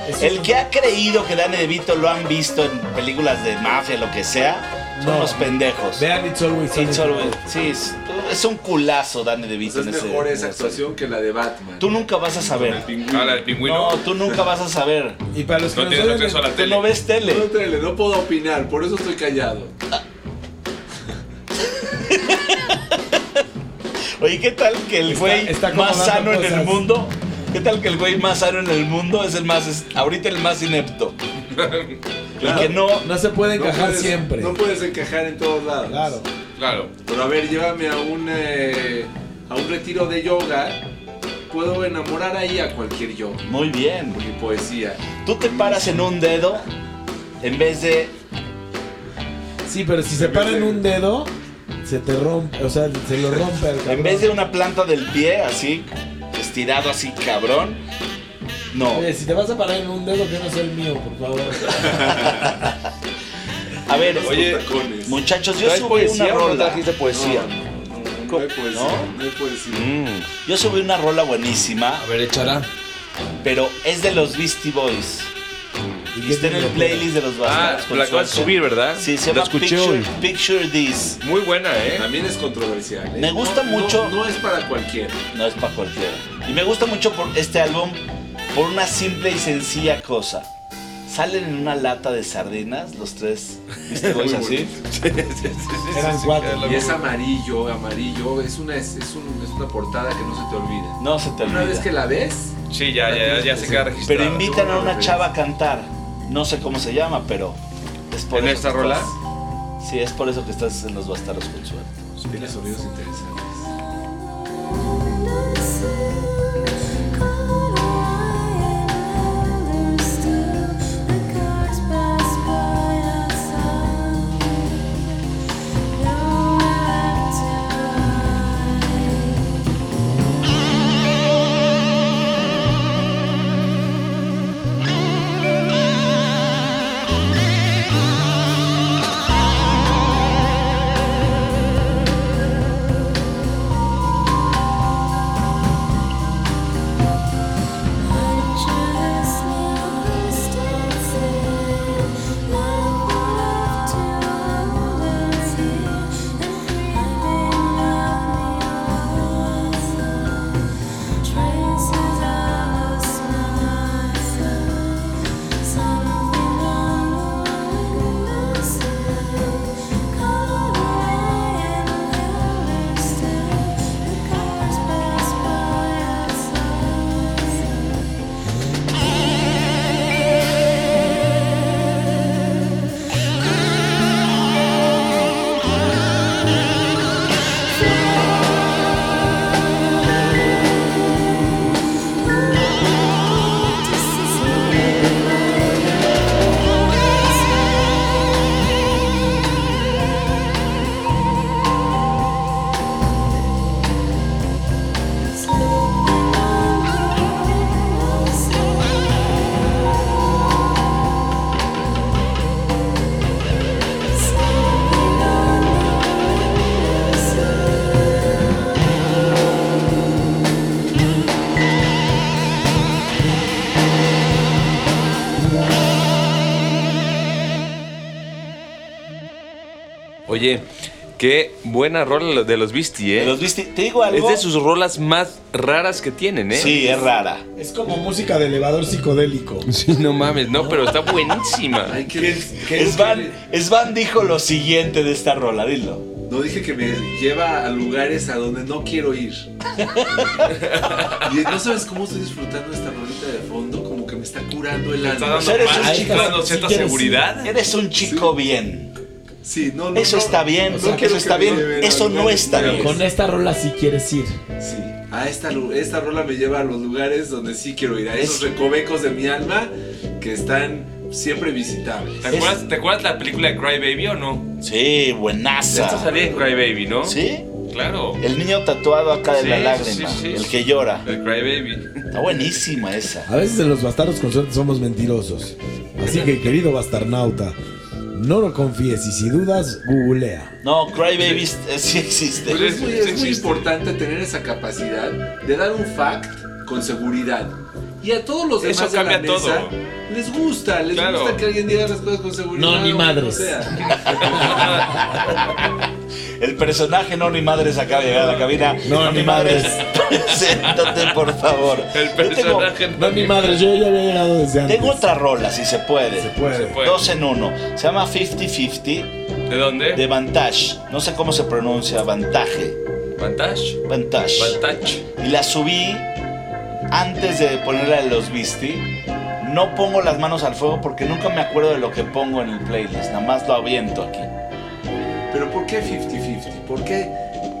[SPEAKER 2] Es
[SPEAKER 5] El
[SPEAKER 2] un-
[SPEAKER 5] que ha creído que Danny DeVito lo han visto en películas de mafia, lo que sea, son
[SPEAKER 2] No.
[SPEAKER 5] los pendejos.
[SPEAKER 2] Vean It's Always Sunny.
[SPEAKER 5] Sí,
[SPEAKER 2] en
[SPEAKER 5] solo-
[SPEAKER 2] Philadelphia.
[SPEAKER 5] sí, es, es un culazo Danny
[SPEAKER 3] O
[SPEAKER 5] DeVito.
[SPEAKER 3] sea, Pues es
[SPEAKER 5] en ese-
[SPEAKER 3] mejor esa
[SPEAKER 5] en ese-
[SPEAKER 3] actuación que la de Batman.
[SPEAKER 5] Tú nunca vas a
[SPEAKER 3] El
[SPEAKER 5] saber.
[SPEAKER 3] pingüino.
[SPEAKER 4] Ah, la del pingüino.
[SPEAKER 5] No, tú nunca vas a saber.
[SPEAKER 2] Y para los que
[SPEAKER 4] No
[SPEAKER 2] no,
[SPEAKER 4] tienes
[SPEAKER 2] saben,
[SPEAKER 4] acceso a la
[SPEAKER 5] Tú
[SPEAKER 4] tele.
[SPEAKER 5] no ves
[SPEAKER 3] No,
[SPEAKER 5] tele.
[SPEAKER 3] tele, no puedo opinar, por eso estoy callado.
[SPEAKER 5] Oye, ¿qué tal que el
[SPEAKER 2] Está-
[SPEAKER 5] güey
[SPEAKER 2] está
[SPEAKER 5] más
[SPEAKER 2] acomodando
[SPEAKER 5] sano en el
[SPEAKER 2] cosas.
[SPEAKER 5] mundo? ¿Qué tal que el güey más sano en el mundo es el más, es- ahorita el más inepto? Y que no,
[SPEAKER 2] no se puede
[SPEAKER 3] No
[SPEAKER 2] encajar
[SPEAKER 3] puedes-
[SPEAKER 2] siempre.
[SPEAKER 3] No puedes encajar en todos lados.
[SPEAKER 2] Claro.
[SPEAKER 4] Claro.
[SPEAKER 3] Pero a ver, llévame a un, eh, a un retiro de yoga. Puedo enamorar ahí a cualquier yo.
[SPEAKER 5] muy bien.
[SPEAKER 3] Mi poesía.
[SPEAKER 5] Tú te paras en un dedo en vez de...
[SPEAKER 2] Sí, pero si se paran un dedo, se te rompe, o sea, se lo rompe al cabrón.
[SPEAKER 5] En vez de una planta del pie, así, estirado así, cabrón. No.
[SPEAKER 2] Oye, si te vas a parar en un dedo, que no sea el mío, por favor.
[SPEAKER 5] A ver,
[SPEAKER 4] Oye,
[SPEAKER 3] Tacones.
[SPEAKER 5] muchachos, yo subí una
[SPEAKER 4] o no
[SPEAKER 5] rola.
[SPEAKER 4] trajiste poesía?
[SPEAKER 3] No, no, no hay poesía.
[SPEAKER 5] ¿No?
[SPEAKER 3] No, hay poesía.
[SPEAKER 4] Mm.
[SPEAKER 5] Yo subí una rola buenísima,
[SPEAKER 7] A ver, échala.
[SPEAKER 5] pero es de los Beastie Boys. Y está en el playlist de los
[SPEAKER 4] Ah,
[SPEAKER 5] Bastards. con
[SPEAKER 4] la acabas de
[SPEAKER 5] suerte.
[SPEAKER 4] subir, ¿verdad?
[SPEAKER 5] Sí, se
[SPEAKER 4] La
[SPEAKER 5] llama
[SPEAKER 4] escuché
[SPEAKER 5] Picture,
[SPEAKER 4] hoy.
[SPEAKER 5] Picture This.
[SPEAKER 4] Muy buena,
[SPEAKER 3] *laughs*
[SPEAKER 4] ¿eh?
[SPEAKER 3] También es controversial. ¿eh?
[SPEAKER 5] Me gusta
[SPEAKER 3] No, no,
[SPEAKER 5] mucho-
[SPEAKER 3] No, es para cualquiera.
[SPEAKER 5] No es para cualquiera. Y me gusta mucho por este álbum por una simple y sencilla cosa. Salen en una lata de sardinas los tres. ¿Viste boys
[SPEAKER 3] Muy
[SPEAKER 5] así?
[SPEAKER 2] Eran cuatro.
[SPEAKER 3] Y es amarillo, amarillo. Es una, es, es un- es una portada que no se te olvida.
[SPEAKER 5] No se te
[SPEAKER 3] Una vez que
[SPEAKER 5] olvida.
[SPEAKER 3] la ves,
[SPEAKER 4] Sí, ya, ya, ya, ya se queda
[SPEAKER 5] Pero
[SPEAKER 4] registrado.
[SPEAKER 5] invitan a
[SPEAKER 3] Una
[SPEAKER 5] una
[SPEAKER 3] vez.
[SPEAKER 5] chava a cantar. No sé cómo se llama, pero es por
[SPEAKER 4] ¿En
[SPEAKER 5] eso
[SPEAKER 4] esta
[SPEAKER 5] que
[SPEAKER 4] rola?
[SPEAKER 5] estás- Sí, es por eso que estás en los bastardos con suerte.
[SPEAKER 3] Pues tiene sonidos interesantes.
[SPEAKER 11] Thank you
[SPEAKER 4] Oye, qué buena rola de los Beastie, ¿eh?
[SPEAKER 5] De los Beastie- te digo
[SPEAKER 4] es
[SPEAKER 5] algo.
[SPEAKER 4] de sus rolas más raras que tienen, ¿eh?
[SPEAKER 5] Sí, es rara.
[SPEAKER 2] Es como música de elevador psicodélico.
[SPEAKER 7] Sí, no mames.
[SPEAKER 4] Mames, no, pero está buenísima.
[SPEAKER 3] Ay, ¿qué, qué-
[SPEAKER 5] Svan, Svan dijo lo siguiente de esta rola, dilo.
[SPEAKER 3] No dije que me lleva a lugares a donde no quiero *laughs* ir. y no sabes cómo estoy disfrutando esta rolita de fondo, como que me está curando el
[SPEAKER 4] Está
[SPEAKER 3] alma.
[SPEAKER 4] dando
[SPEAKER 5] eres un
[SPEAKER 4] paz,
[SPEAKER 2] chico,
[SPEAKER 4] está dando
[SPEAKER 2] sí
[SPEAKER 4] cierta
[SPEAKER 2] quieres-
[SPEAKER 4] seguridad.
[SPEAKER 5] Eres un chico bien.
[SPEAKER 3] Sí, no, no,
[SPEAKER 5] Eso
[SPEAKER 3] no,
[SPEAKER 5] está bien,
[SPEAKER 3] no quiero
[SPEAKER 5] eso está
[SPEAKER 3] que me
[SPEAKER 5] bien,
[SPEAKER 3] lleven a
[SPEAKER 5] eso no
[SPEAKER 3] lugares
[SPEAKER 5] está
[SPEAKER 3] nuevos.
[SPEAKER 5] bien.
[SPEAKER 2] Con esta rola sí quieres ir.
[SPEAKER 3] Sí, a esta, lu- esta rola me lleva a los lugares donde sí quiero ir, a esos
[SPEAKER 5] Es-
[SPEAKER 3] recovecos de mi alma que están siempre visitables.
[SPEAKER 4] ¿Te acuerdas, ¿Te acuerdas la película de Cry Baby o no?
[SPEAKER 5] Sí,
[SPEAKER 4] Esta
[SPEAKER 5] buenaza.
[SPEAKER 4] salía en Cry Baby, ¿no?
[SPEAKER 5] ¿Sí?
[SPEAKER 4] Claro.
[SPEAKER 5] El niño tatuado acá de
[SPEAKER 4] Sí,
[SPEAKER 5] la
[SPEAKER 4] sí,
[SPEAKER 5] lágrima,
[SPEAKER 4] sí, sí.
[SPEAKER 5] el que llora.
[SPEAKER 4] El Cry Baby.
[SPEAKER 5] Está buenísima esa.
[SPEAKER 2] A veces en los bastardos con suerte somos mentirosos. Así que, querido bastarnauta, no lo confíes y si dudas, googlea.
[SPEAKER 5] No, Cry Baby es- es- sí
[SPEAKER 3] Pero
[SPEAKER 5] existe.
[SPEAKER 3] es
[SPEAKER 4] Sí,
[SPEAKER 3] muy, es
[SPEAKER 4] sí
[SPEAKER 3] muy
[SPEAKER 4] existe.
[SPEAKER 3] importante tener esa capacidad de dar un fact con seguridad. Y a todos los demás
[SPEAKER 4] Eso
[SPEAKER 3] de la
[SPEAKER 4] cambia todo.
[SPEAKER 3] mesa les gusta, les
[SPEAKER 4] Claro.
[SPEAKER 3] gusta que alguien diga las cosas con seguridad.
[SPEAKER 2] No, ni
[SPEAKER 3] o como
[SPEAKER 2] madres.
[SPEAKER 3] sea.
[SPEAKER 5] El personaje No Ni Madres acaba de llegar a la cabina.
[SPEAKER 2] No, ni
[SPEAKER 5] *laughs* Preséntate, por favor.
[SPEAKER 4] El
[SPEAKER 5] Yo tengo-
[SPEAKER 4] personaje.
[SPEAKER 2] No, mi madre, yo ya había llegado desde antes.
[SPEAKER 5] Tengo otra rola, si se puede.
[SPEAKER 2] Se puede.
[SPEAKER 4] Puede.
[SPEAKER 5] Dos en uno. Se llama 50-50
[SPEAKER 4] ¿De dónde?
[SPEAKER 5] de Vantage. No sé cómo se pronuncia, Vantaje.
[SPEAKER 4] Vantage.
[SPEAKER 5] Vantage.
[SPEAKER 4] Vantage.
[SPEAKER 5] Y la subí antes de ponerla de los Beastie. No pongo las manos al fuego porque nunca me acuerdo de lo que pongo en el playlist. Nada más lo aviento aquí.
[SPEAKER 3] Pero ¿por qué 50-50? ¿Por qué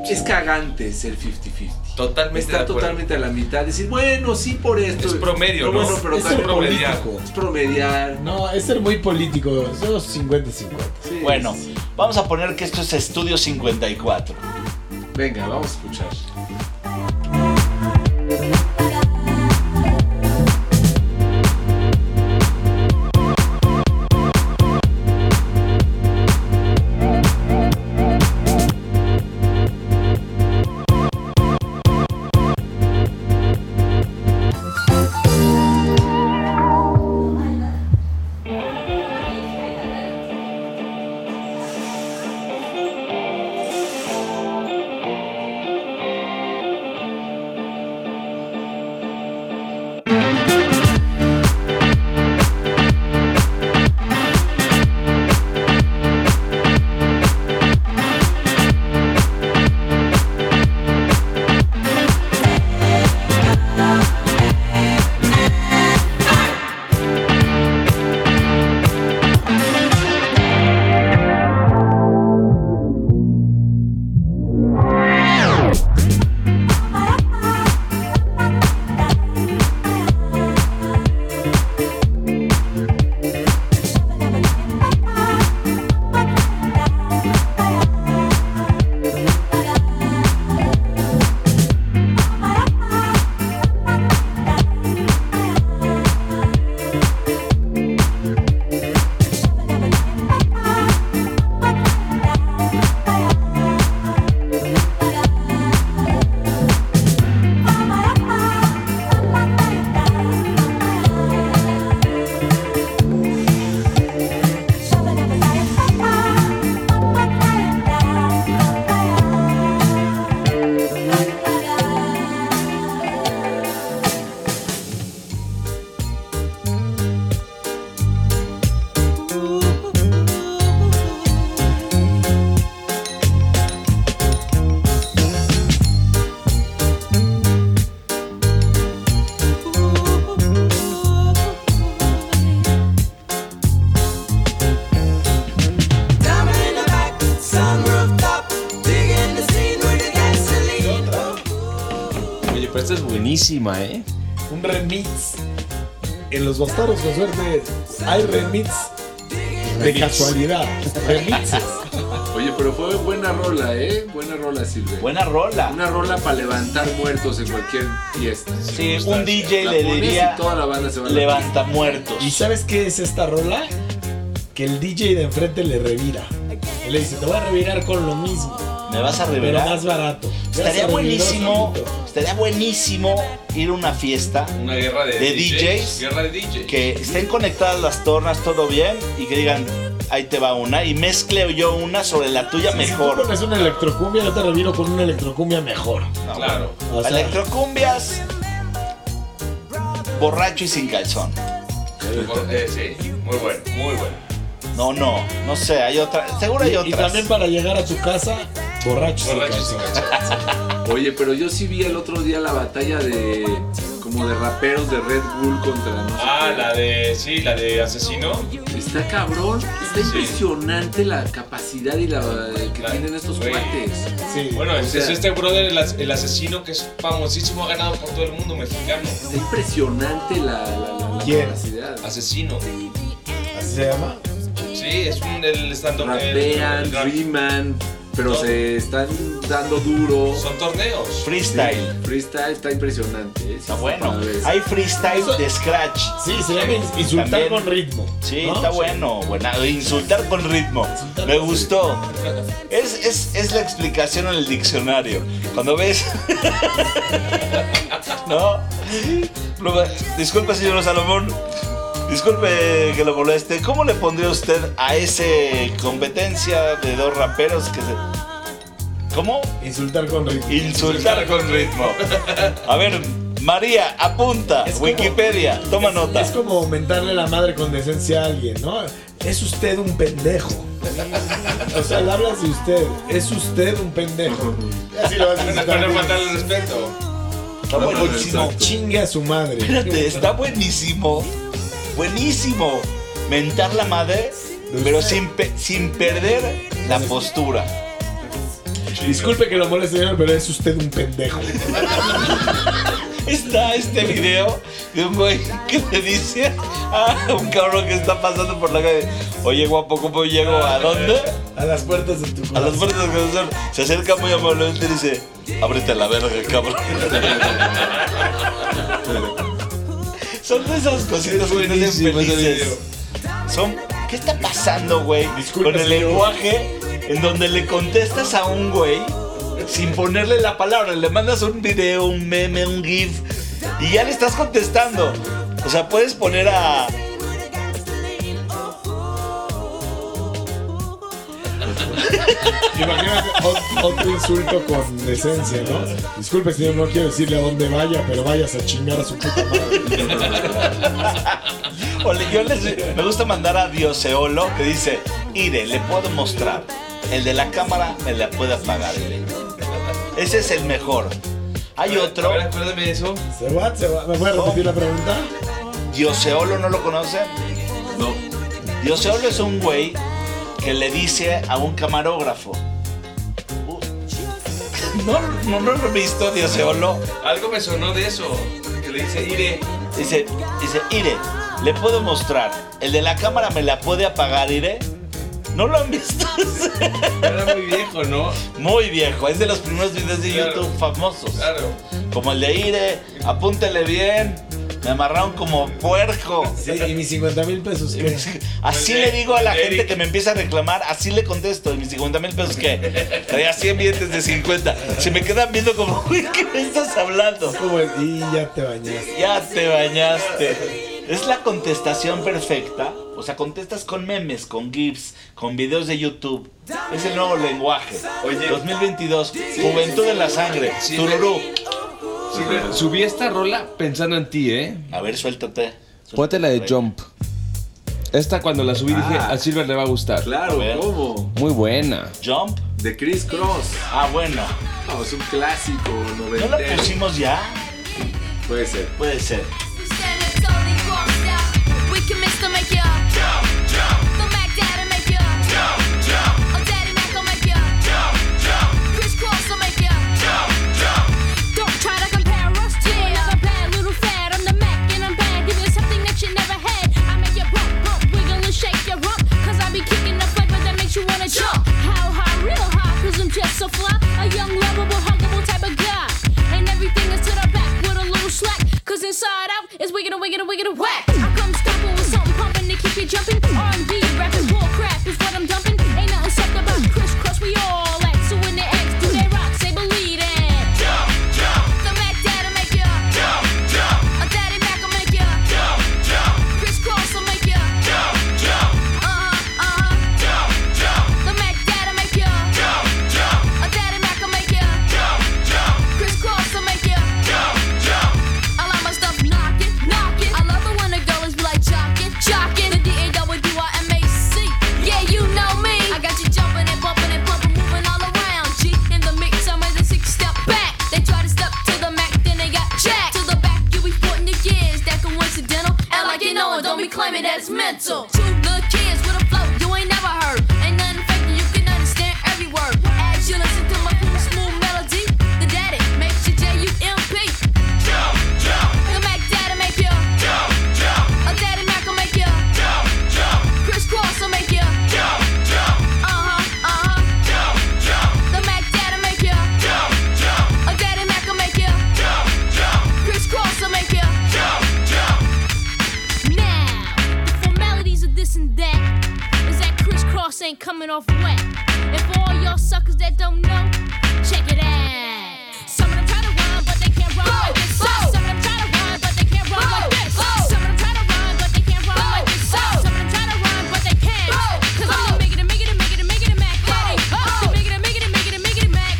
[SPEAKER 3] es cagante ser 50-50?
[SPEAKER 4] Totalmente de
[SPEAKER 3] Estar
[SPEAKER 4] acuerdo.
[SPEAKER 3] totalmente a la mitad, decir, bueno, sí por esto.
[SPEAKER 4] Es promedio,
[SPEAKER 3] Pero
[SPEAKER 4] ¿no?
[SPEAKER 3] Bueno, pero
[SPEAKER 2] Es
[SPEAKER 3] también
[SPEAKER 2] ser
[SPEAKER 3] promediar.
[SPEAKER 2] político.
[SPEAKER 3] Es promediar.
[SPEAKER 2] No, es ser muy político. Somos 50-50.
[SPEAKER 3] Sí,
[SPEAKER 5] Bueno,
[SPEAKER 3] sí.
[SPEAKER 5] vamos a poner que esto es Estudio 54.
[SPEAKER 3] Venga, vamos a escuchar.
[SPEAKER 7] Oye, pero esta es buenísima, ¿eh?
[SPEAKER 2] Un remix. En los bastardos con suerte hay remix de casualidad. Remixes.
[SPEAKER 3] Oye, pero fue buena rola, ¿eh? Buena rola, Silvia.
[SPEAKER 5] Buena rola.
[SPEAKER 3] Una rola para levantar muertos en cualquier fiesta.
[SPEAKER 5] Sí, un DJ
[SPEAKER 3] La
[SPEAKER 5] le
[SPEAKER 3] pones
[SPEAKER 5] diría
[SPEAKER 3] y toda la banda se va a la
[SPEAKER 5] levanta
[SPEAKER 2] ¿Y
[SPEAKER 5] muertos.
[SPEAKER 2] sabes qué es esta rola? Que el DJ de enfrente le revira. Y le dice, te voy a revirar con lo mismo,
[SPEAKER 5] Me vas a
[SPEAKER 2] pero
[SPEAKER 5] revelar.
[SPEAKER 2] más barato. Te vas a
[SPEAKER 5] Estaría
[SPEAKER 2] revirar
[SPEAKER 5] buenísimo,
[SPEAKER 2] solito.
[SPEAKER 5] estaría buenísimo ir a una fiesta
[SPEAKER 4] Una guerra de,
[SPEAKER 5] De DJs.
[SPEAKER 4] Guerra de DJs.
[SPEAKER 5] que estén conectadas las tornas, todo bien y que digan ahí te va una. Y mezcleo yo una sobre la tuya
[SPEAKER 2] Tú
[SPEAKER 5] mejor.
[SPEAKER 2] pones una electrocumbia, yo te reviro con una electrocumbia mejor.
[SPEAKER 5] No,
[SPEAKER 4] Claro.
[SPEAKER 2] O sea,
[SPEAKER 5] Electrocumbias. Borracho y sin calzón.
[SPEAKER 4] Eh, sí, muy bueno, muy bueno.
[SPEAKER 5] No, no, no sé, hay otra. Seguro hay
[SPEAKER 2] y, y
[SPEAKER 5] otras.
[SPEAKER 2] también para llegar a tu casa, borracho. sin
[SPEAKER 4] Borracho y sin
[SPEAKER 2] calzón.
[SPEAKER 4] calzón.
[SPEAKER 3] Oye, pero yo sí vi el otro día la batalla de. como de raperos de Red Bull contra. no sé
[SPEAKER 4] Ah,
[SPEAKER 3] qué.
[SPEAKER 4] la de. Sí, la de asesino.
[SPEAKER 3] Está cabrón, está impresionante la capacidad y la eh, que
[SPEAKER 4] Claro,
[SPEAKER 3] tienen estos
[SPEAKER 4] güey.
[SPEAKER 3] cuates.
[SPEAKER 2] Sí.
[SPEAKER 4] Bueno, es,
[SPEAKER 3] sea-
[SPEAKER 4] es este brother, el, as- el asesino que es famosísimo, ha ganado por todo el mundo mexicano.
[SPEAKER 3] Está impresionante la, la- la- la
[SPEAKER 2] ¿Quién?
[SPEAKER 3] capacidad.
[SPEAKER 4] Asesino.
[SPEAKER 2] Así se llama.
[SPEAKER 4] Sí, es un el stand up
[SPEAKER 3] Rapean, riman, pero se están dando duro.
[SPEAKER 4] Son torneos.
[SPEAKER 5] Freestyle.
[SPEAKER 3] Sí, freestyle está impresionante. ¿eh? Sí,
[SPEAKER 5] Está bueno.
[SPEAKER 3] padre.
[SPEAKER 5] Hay freestyle de scratch.
[SPEAKER 2] Sí, se llama insultar
[SPEAKER 5] También.
[SPEAKER 2] con ritmo.
[SPEAKER 5] Sí,
[SPEAKER 2] ¿no?
[SPEAKER 5] está bueno. Buena. Insultar con ritmo. Me gustó. Es, es, es la explicación en el diccionario. Cuando ves. *laughs* no. Luego, Disculpe, señor Salomón. Disculpe que lo moleste. ¿Cómo le pondría usted a ese competencia de dos raperos que se. ¿Cómo?
[SPEAKER 2] Insultar con ritmo.
[SPEAKER 5] Insultar con ritmo. A ver, María, apunta.
[SPEAKER 2] Es como-
[SPEAKER 5] Wikipedia, toma nota.
[SPEAKER 2] Es como aumentarle la madre con decencia a alguien, ¿no? Es usted un pendejo. O sea, le hablas de usted. Es usted un pendejo. Así lo vas a
[SPEAKER 4] Para
[SPEAKER 2] insultar.
[SPEAKER 4] no faltar el respeto.
[SPEAKER 5] Está buenísimo.
[SPEAKER 2] Chingue a su madre.
[SPEAKER 5] Espérate, está buenísimo. Buenísimo. Mentar la madre, pero sin, pe- sin perder la postura.
[SPEAKER 2] Disculpe que lo moleste, señor, pero es usted un pendejo.
[SPEAKER 5] Está este video de un güey que te dice a un cabrón que está pasando por la calle. Oye, guapo, ¿cómo llego? ¿A dónde?
[SPEAKER 2] A las puertas de tu corazón.
[SPEAKER 5] A las puertas del corazón. Se acerca muy amablemente y dice, ábrete la verga, cabrón. Son de esas cositas que te hacen
[SPEAKER 4] buenísimo ese
[SPEAKER 5] felices. Son, ¿qué está pasando, güey?
[SPEAKER 2] Disculpe,
[SPEAKER 5] Con el
[SPEAKER 2] señor.
[SPEAKER 5] lenguaje en donde le contestas a un güey sin ponerle la palabra. Le mandas un video, un meme, un gif y ya le estás contestando. O sea, puedes poner a...
[SPEAKER 2] Imagínate ot- otro insulto con decencia, ¿no? Disculpe, señor, no quiero decirle a dónde vaya, pero vayas a chingar a su puta madre.
[SPEAKER 5] O le- yo les- me gusta mandar a Dioseolo que dice, Ire, le puedo mostrar. El de la cámara me la puede apagar. Ire". Ese es el mejor. Hay otro,
[SPEAKER 4] A ver, acuérdame de eso.
[SPEAKER 2] ¿Se va? ¿Se va? ¿Me voy a repetir la pregunta?
[SPEAKER 5] Dioseolo, ¿no lo conocen?
[SPEAKER 3] No,
[SPEAKER 5] Dioseolo es un güey que le dice a un camarógrafo. "Uh, No, no, no lo he visto, Dioseolo.
[SPEAKER 4] Algo me sonó de eso. Que le dice, Ire.
[SPEAKER 5] Dice, dice, Ire, le puedo mostrar. El de la cámara me la puede apagar, Ire. ¿No lo han visto?
[SPEAKER 4] Era muy viejo, ¿no?
[SPEAKER 5] Muy viejo, es de los primeros videos de
[SPEAKER 4] Claro.
[SPEAKER 5] YouTube famosos.
[SPEAKER 4] Claro.
[SPEAKER 5] Como el de Ire, apúntele bien, me amarraron como puerco.
[SPEAKER 2] Sí, y mis 50 mil pesos. ¿qué?
[SPEAKER 5] Así
[SPEAKER 4] El de-
[SPEAKER 5] le digo a la
[SPEAKER 4] el de
[SPEAKER 5] gente
[SPEAKER 4] Eric.
[SPEAKER 5] que me empieza a reclamar, así le contesto, mis 50 mil pesos que traía 100 billetes de 50. Se me quedan viendo como, *laughs* uy, ¿qué me estás hablando?
[SPEAKER 2] ¿Cómo es? Y ya te bañaste.
[SPEAKER 5] Ya te bañaste. Es la contestación perfecta. O sea, contestas con memes, con GIFs, con videos de YouTube. Es el nuevo lenguaje.
[SPEAKER 4] Oye.
[SPEAKER 5] 2022, Juventud en la Sangre,
[SPEAKER 4] Sí,
[SPEAKER 5] Tururú.
[SPEAKER 4] Subí esta rola pensando en ti, ¿eh?
[SPEAKER 5] A ver, suéltate.
[SPEAKER 7] Ponte la de
[SPEAKER 5] Suéltate.
[SPEAKER 7] Jump. Esta cuando la subí dije,
[SPEAKER 4] Ah.
[SPEAKER 7] a Silver le va a gustar.
[SPEAKER 3] claro,
[SPEAKER 5] A ver.
[SPEAKER 3] ¿cómo?
[SPEAKER 7] Muy buena.
[SPEAKER 5] Jump.
[SPEAKER 3] De Chris Cross.
[SPEAKER 5] Ah, bueno.
[SPEAKER 3] No, es un clásico
[SPEAKER 5] ¿No la
[SPEAKER 3] noventero.
[SPEAKER 5] pusimos ya?
[SPEAKER 3] Puede ser.
[SPEAKER 5] Puede ser.
[SPEAKER 9] Jump. How high, real high, cause I'm just so fly. A young, lovable, huggable type of guy. And everything is to the back with a little slack. Cause inside out is wicked and wicked and wicked and whack. I come stuck with something pumping to keep
[SPEAKER 12] Uh-huh, Uh-huh,
[SPEAKER 11] And for all y'all suckers that don't know, check it out. Some of them try to rhyme, but they can't rhyme like this. Some of them try to rhyme, but they can't rhyme like this. Some of them try to rhyme, but they can't rhyme like this. Some of them try to rhyme, but they can't. Cause I'm the make it, make it, make it, make it, Mac Daddy. The make it, make it, make it, make it, Mac.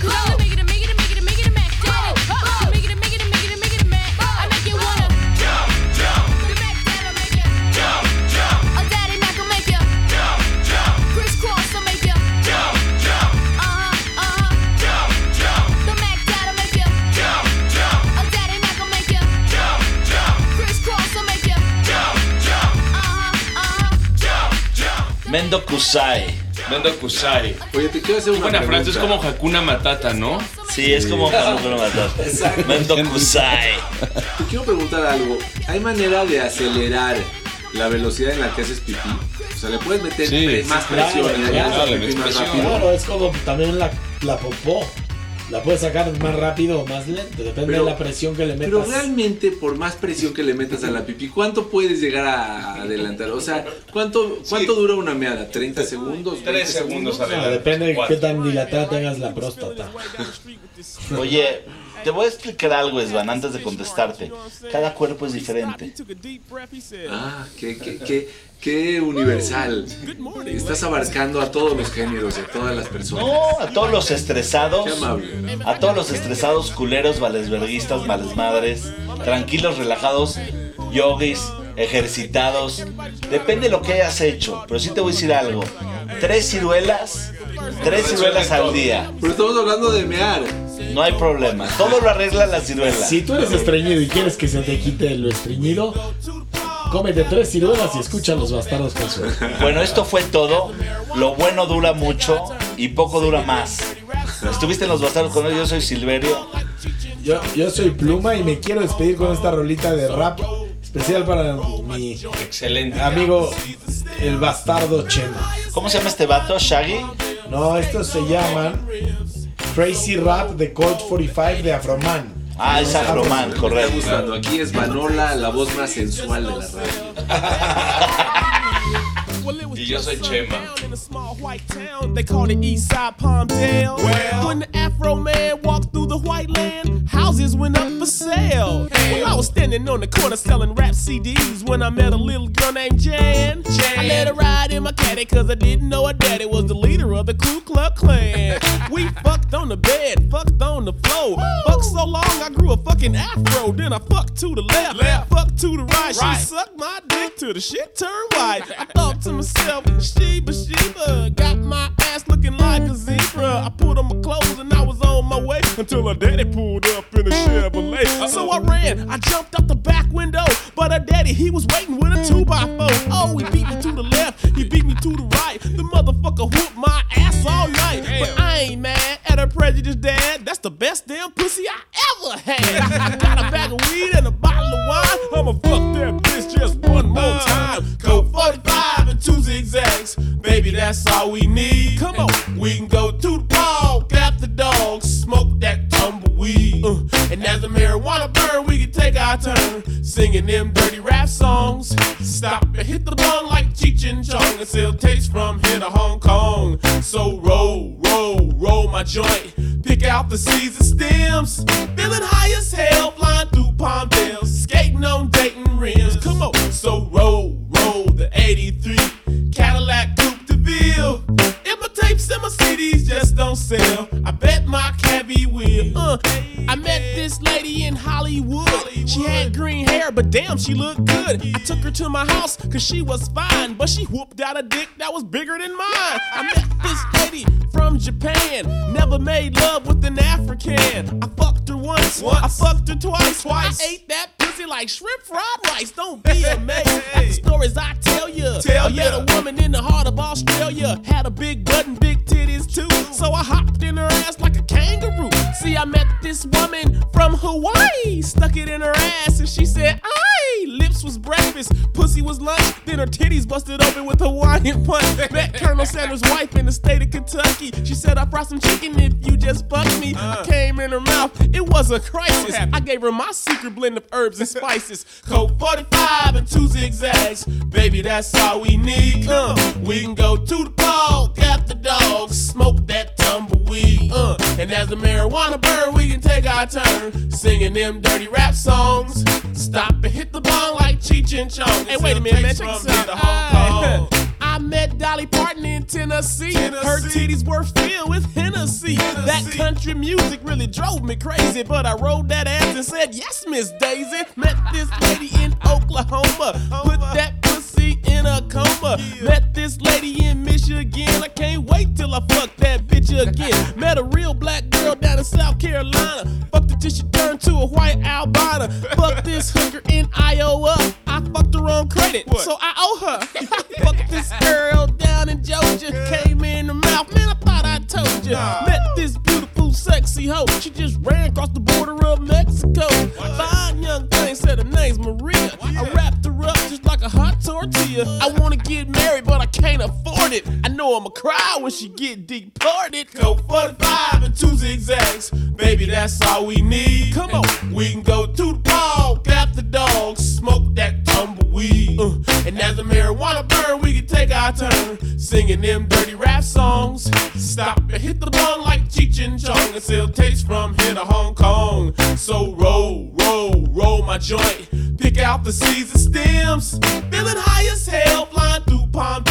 [SPEAKER 11] Cause I'm the make it, make it, make it, make it, Mac Daddy. The make it, make it, make it, make it, Mac. I make you wanna jump, jump. The Mac Daddy make you jump, jump. A Daddy Mac will make you jump, jump. Crisscross will make you jump, jump. Uh huh, uh huh. Jump, jump. The Mac Daddy make you jump, jump. A Daddy Mac will make you jump, jump. Crisscross will make you jump, jump. Uh huh, uh huh. Jump, jump.
[SPEAKER 5] Mendo Kusai.
[SPEAKER 4] Mendo Kusai.
[SPEAKER 3] Oye, te quiero hacer una
[SPEAKER 4] Buena frase, es
[SPEAKER 3] pregunta.
[SPEAKER 4] como Hakuna Matata, ¿no?
[SPEAKER 5] Sí, es como Pablo que lo mató.
[SPEAKER 3] Exacto.
[SPEAKER 5] Mendo Kusai.
[SPEAKER 3] Te quiero preguntar algo. ¿Hay manera de acelerar la velocidad en la que haces pipí? O sea, le puedes meter
[SPEAKER 7] Sí,
[SPEAKER 3] pre-
[SPEAKER 7] sí,
[SPEAKER 3] más
[SPEAKER 2] claro,
[SPEAKER 3] presión y ahí
[SPEAKER 2] claro,
[SPEAKER 3] haces
[SPEAKER 4] le
[SPEAKER 3] pipí
[SPEAKER 4] metes
[SPEAKER 3] más
[SPEAKER 4] presión.
[SPEAKER 3] rápido.
[SPEAKER 2] Claro, es como también la, la popó. La puedes sacar más rápido o más lento, depende
[SPEAKER 3] Pero-
[SPEAKER 2] de la presión que le metas.
[SPEAKER 3] Pero realmente, por más presión que le metas a la pipí, ¿cuánto puedes llegar a adelantar? O sea, ¿cuánto, cuánto dura una meada? ¿30 segundos?
[SPEAKER 4] Tres
[SPEAKER 3] 20
[SPEAKER 4] segundos
[SPEAKER 2] No,
[SPEAKER 4] adelante.
[SPEAKER 2] depende de qué
[SPEAKER 4] Cuatro.
[SPEAKER 2] tan dilatada tengas la próstata.
[SPEAKER 5] Oye, te voy a explicar algo, Esban, antes de contestarte. Cada cuerpo es diferente.
[SPEAKER 3] Ah, qué, qué, qué, qué universal. Estás abarcando a todos los géneros y a todas las personas.
[SPEAKER 5] No, a todos los estresados.
[SPEAKER 3] Qué amable.
[SPEAKER 5] A todos los estresados, culeros, valesverguistas, malesmadres, tranquilos, relajados, yogis, ejercitados. Depende de lo que hayas hecho, pero sí te voy a decir algo. Tres ciruelas, tres ciruelas al día.
[SPEAKER 3] Pero estamos hablando de mear.
[SPEAKER 5] No hay problema. Todo lo arregla la ciruela.
[SPEAKER 2] Si tú eres estreñido y quieres que se te quite lo estreñido, cómete tres ciruelas y escucha a los bastardos con su.
[SPEAKER 5] Bueno, esto fue todo. Lo bueno dura mucho y poco dura más. Estuviste en los bastardos con ellos, yo soy Silverio.
[SPEAKER 2] Yo, yo soy Pluma y me quiero despedir con esta rolita de rap especial para mi
[SPEAKER 4] Excelente.
[SPEAKER 2] amigo el bastardo Chema.
[SPEAKER 5] ¿Cómo se llama este vato? Shaggy.
[SPEAKER 2] No, estos se llaman Crazy Rap de Colt 45 de Afroman.
[SPEAKER 5] Ah, es Afroman,
[SPEAKER 3] Me está
[SPEAKER 5] correcto.
[SPEAKER 3] gustando. Aquí es Manola, la voz más sensual de la radio.
[SPEAKER 4] Y yo soy Chema.
[SPEAKER 12] in a small white town they call it east side palmdale well, when the afro man walked through the white land houses went up for sale well, i was standing on the corner selling rap cds when i met a little girl named jan, jan. i let her ride in my caddy because i didn't know her daddy was the leader of the ku klux *laughs* klan we fucked on the bed fucked on the floor fucked so long i grew a fucking afro then i fucked to the left, fucked to the right,
[SPEAKER 4] Right.
[SPEAKER 12] she sucked my dick till the shit turned white i thought to myself sheba sheba got my ass looking like a zebra i put on my clothes and i was on my way until her daddy pulled up in a chevrolet so i ran i jumped out the back window but her daddy he was waiting with a 2x4 oh he beat me to the left he beat me to the right the motherfucker whooped my ass all night but i ain't mad at her prejudiced dad that's the best damn pussy i ever had i got a bag of weed and a bottle of wine i'ma fuck that bitch just one more time go 45 and two zigzags baby that's all we need come on we can go to the park grab the dog smoke that tumbleweed Uh, and as a marijuana bird we can take our turn singing them dirty rap songs stop and hit the bong like Cheech and Chong and sell tapes from here to Hong Kong so roll roll roll my joint pick out the seeds and stems feeling high as hell flying through palm Dales skating on Dayton rims come on so roll roll the 83 Cadillac Coupe DeVille if my tapes and my CDs just don't sell I bet my cabbie will uh, I met this lady in Hollywood she had green hair but damn she looked good I took her to my house cause she was fine but she whooped out a dick that was bigger than mine I met this lady from Japan never made love with an African I fucked her once, I fucked her twice twice I ate that pussy like shrimp fried rice don't be amazed at the stories I tell you tell you a woman in the heart of Australia had a big butt and big titties too so I hopped in her ass like a kangaroo see I met this woman from Hawaii stuck it in her ass and she said I lips was braided breakfast. Pussy was lunch, then her titties busted open with Hawaiian punch. Met Colonel Sanders' wife in the state of Kentucky. She said, I brought some chicken if you just fuck me. I came in her mouth, it was a crisis. I gave her my secret blend of herbs and spices. Coke 45 and two zigzags. Baby, that's all we need. Uh, we can go to the park, got the dogs, smoke that tumbleweed. Uh, and as the marijuana bird, we can take our turn singing them dirty rap songs. Stop and hit the bong like Cheech and Chong. Hey, wait a minute, man, check this out. *laughs* Aye. I met Dolly Parton in Tennessee. Her titties were filled with Hennessy. That country music really drove me crazy. But I rolled that ass and said, Yes, Miss Daisy. Met this lady in Oklahoma. Put that pussy in a coma. Met this lady in Michigan. I can't wait till I fuck that bitch again. Met a real black girl down in South Carolina. Fucked her till she turned to a white albina. Fucked this hooker in Iowa. I fucked her on credit, so I owe her. *laughs* fucked this girl down in Georgia. Came in the mouth, man. I thought I told you. Met this beautiful, sexy hoe. She just ran across the border of Mexico. Fine young thing said her name's Maria. I wrapped her up just like a hot tortilla. I wanna get married, but I can't afford it. I know I'ma cry when she get deported. Go 45 and two zigzags, baby, that's all we need. Come on, we can go to the park, got the dogs, smoke that tumbleweed. Uh, and as a marijuana bird, we can take our turn singing them dirty rap songs. Stop and hit the bong like Cheech and Chong and sell tapes from here to Hong Kong. So roll, roll, roll my joint. Pick out the seeds and stems. Feeling high as hell, flying through Palm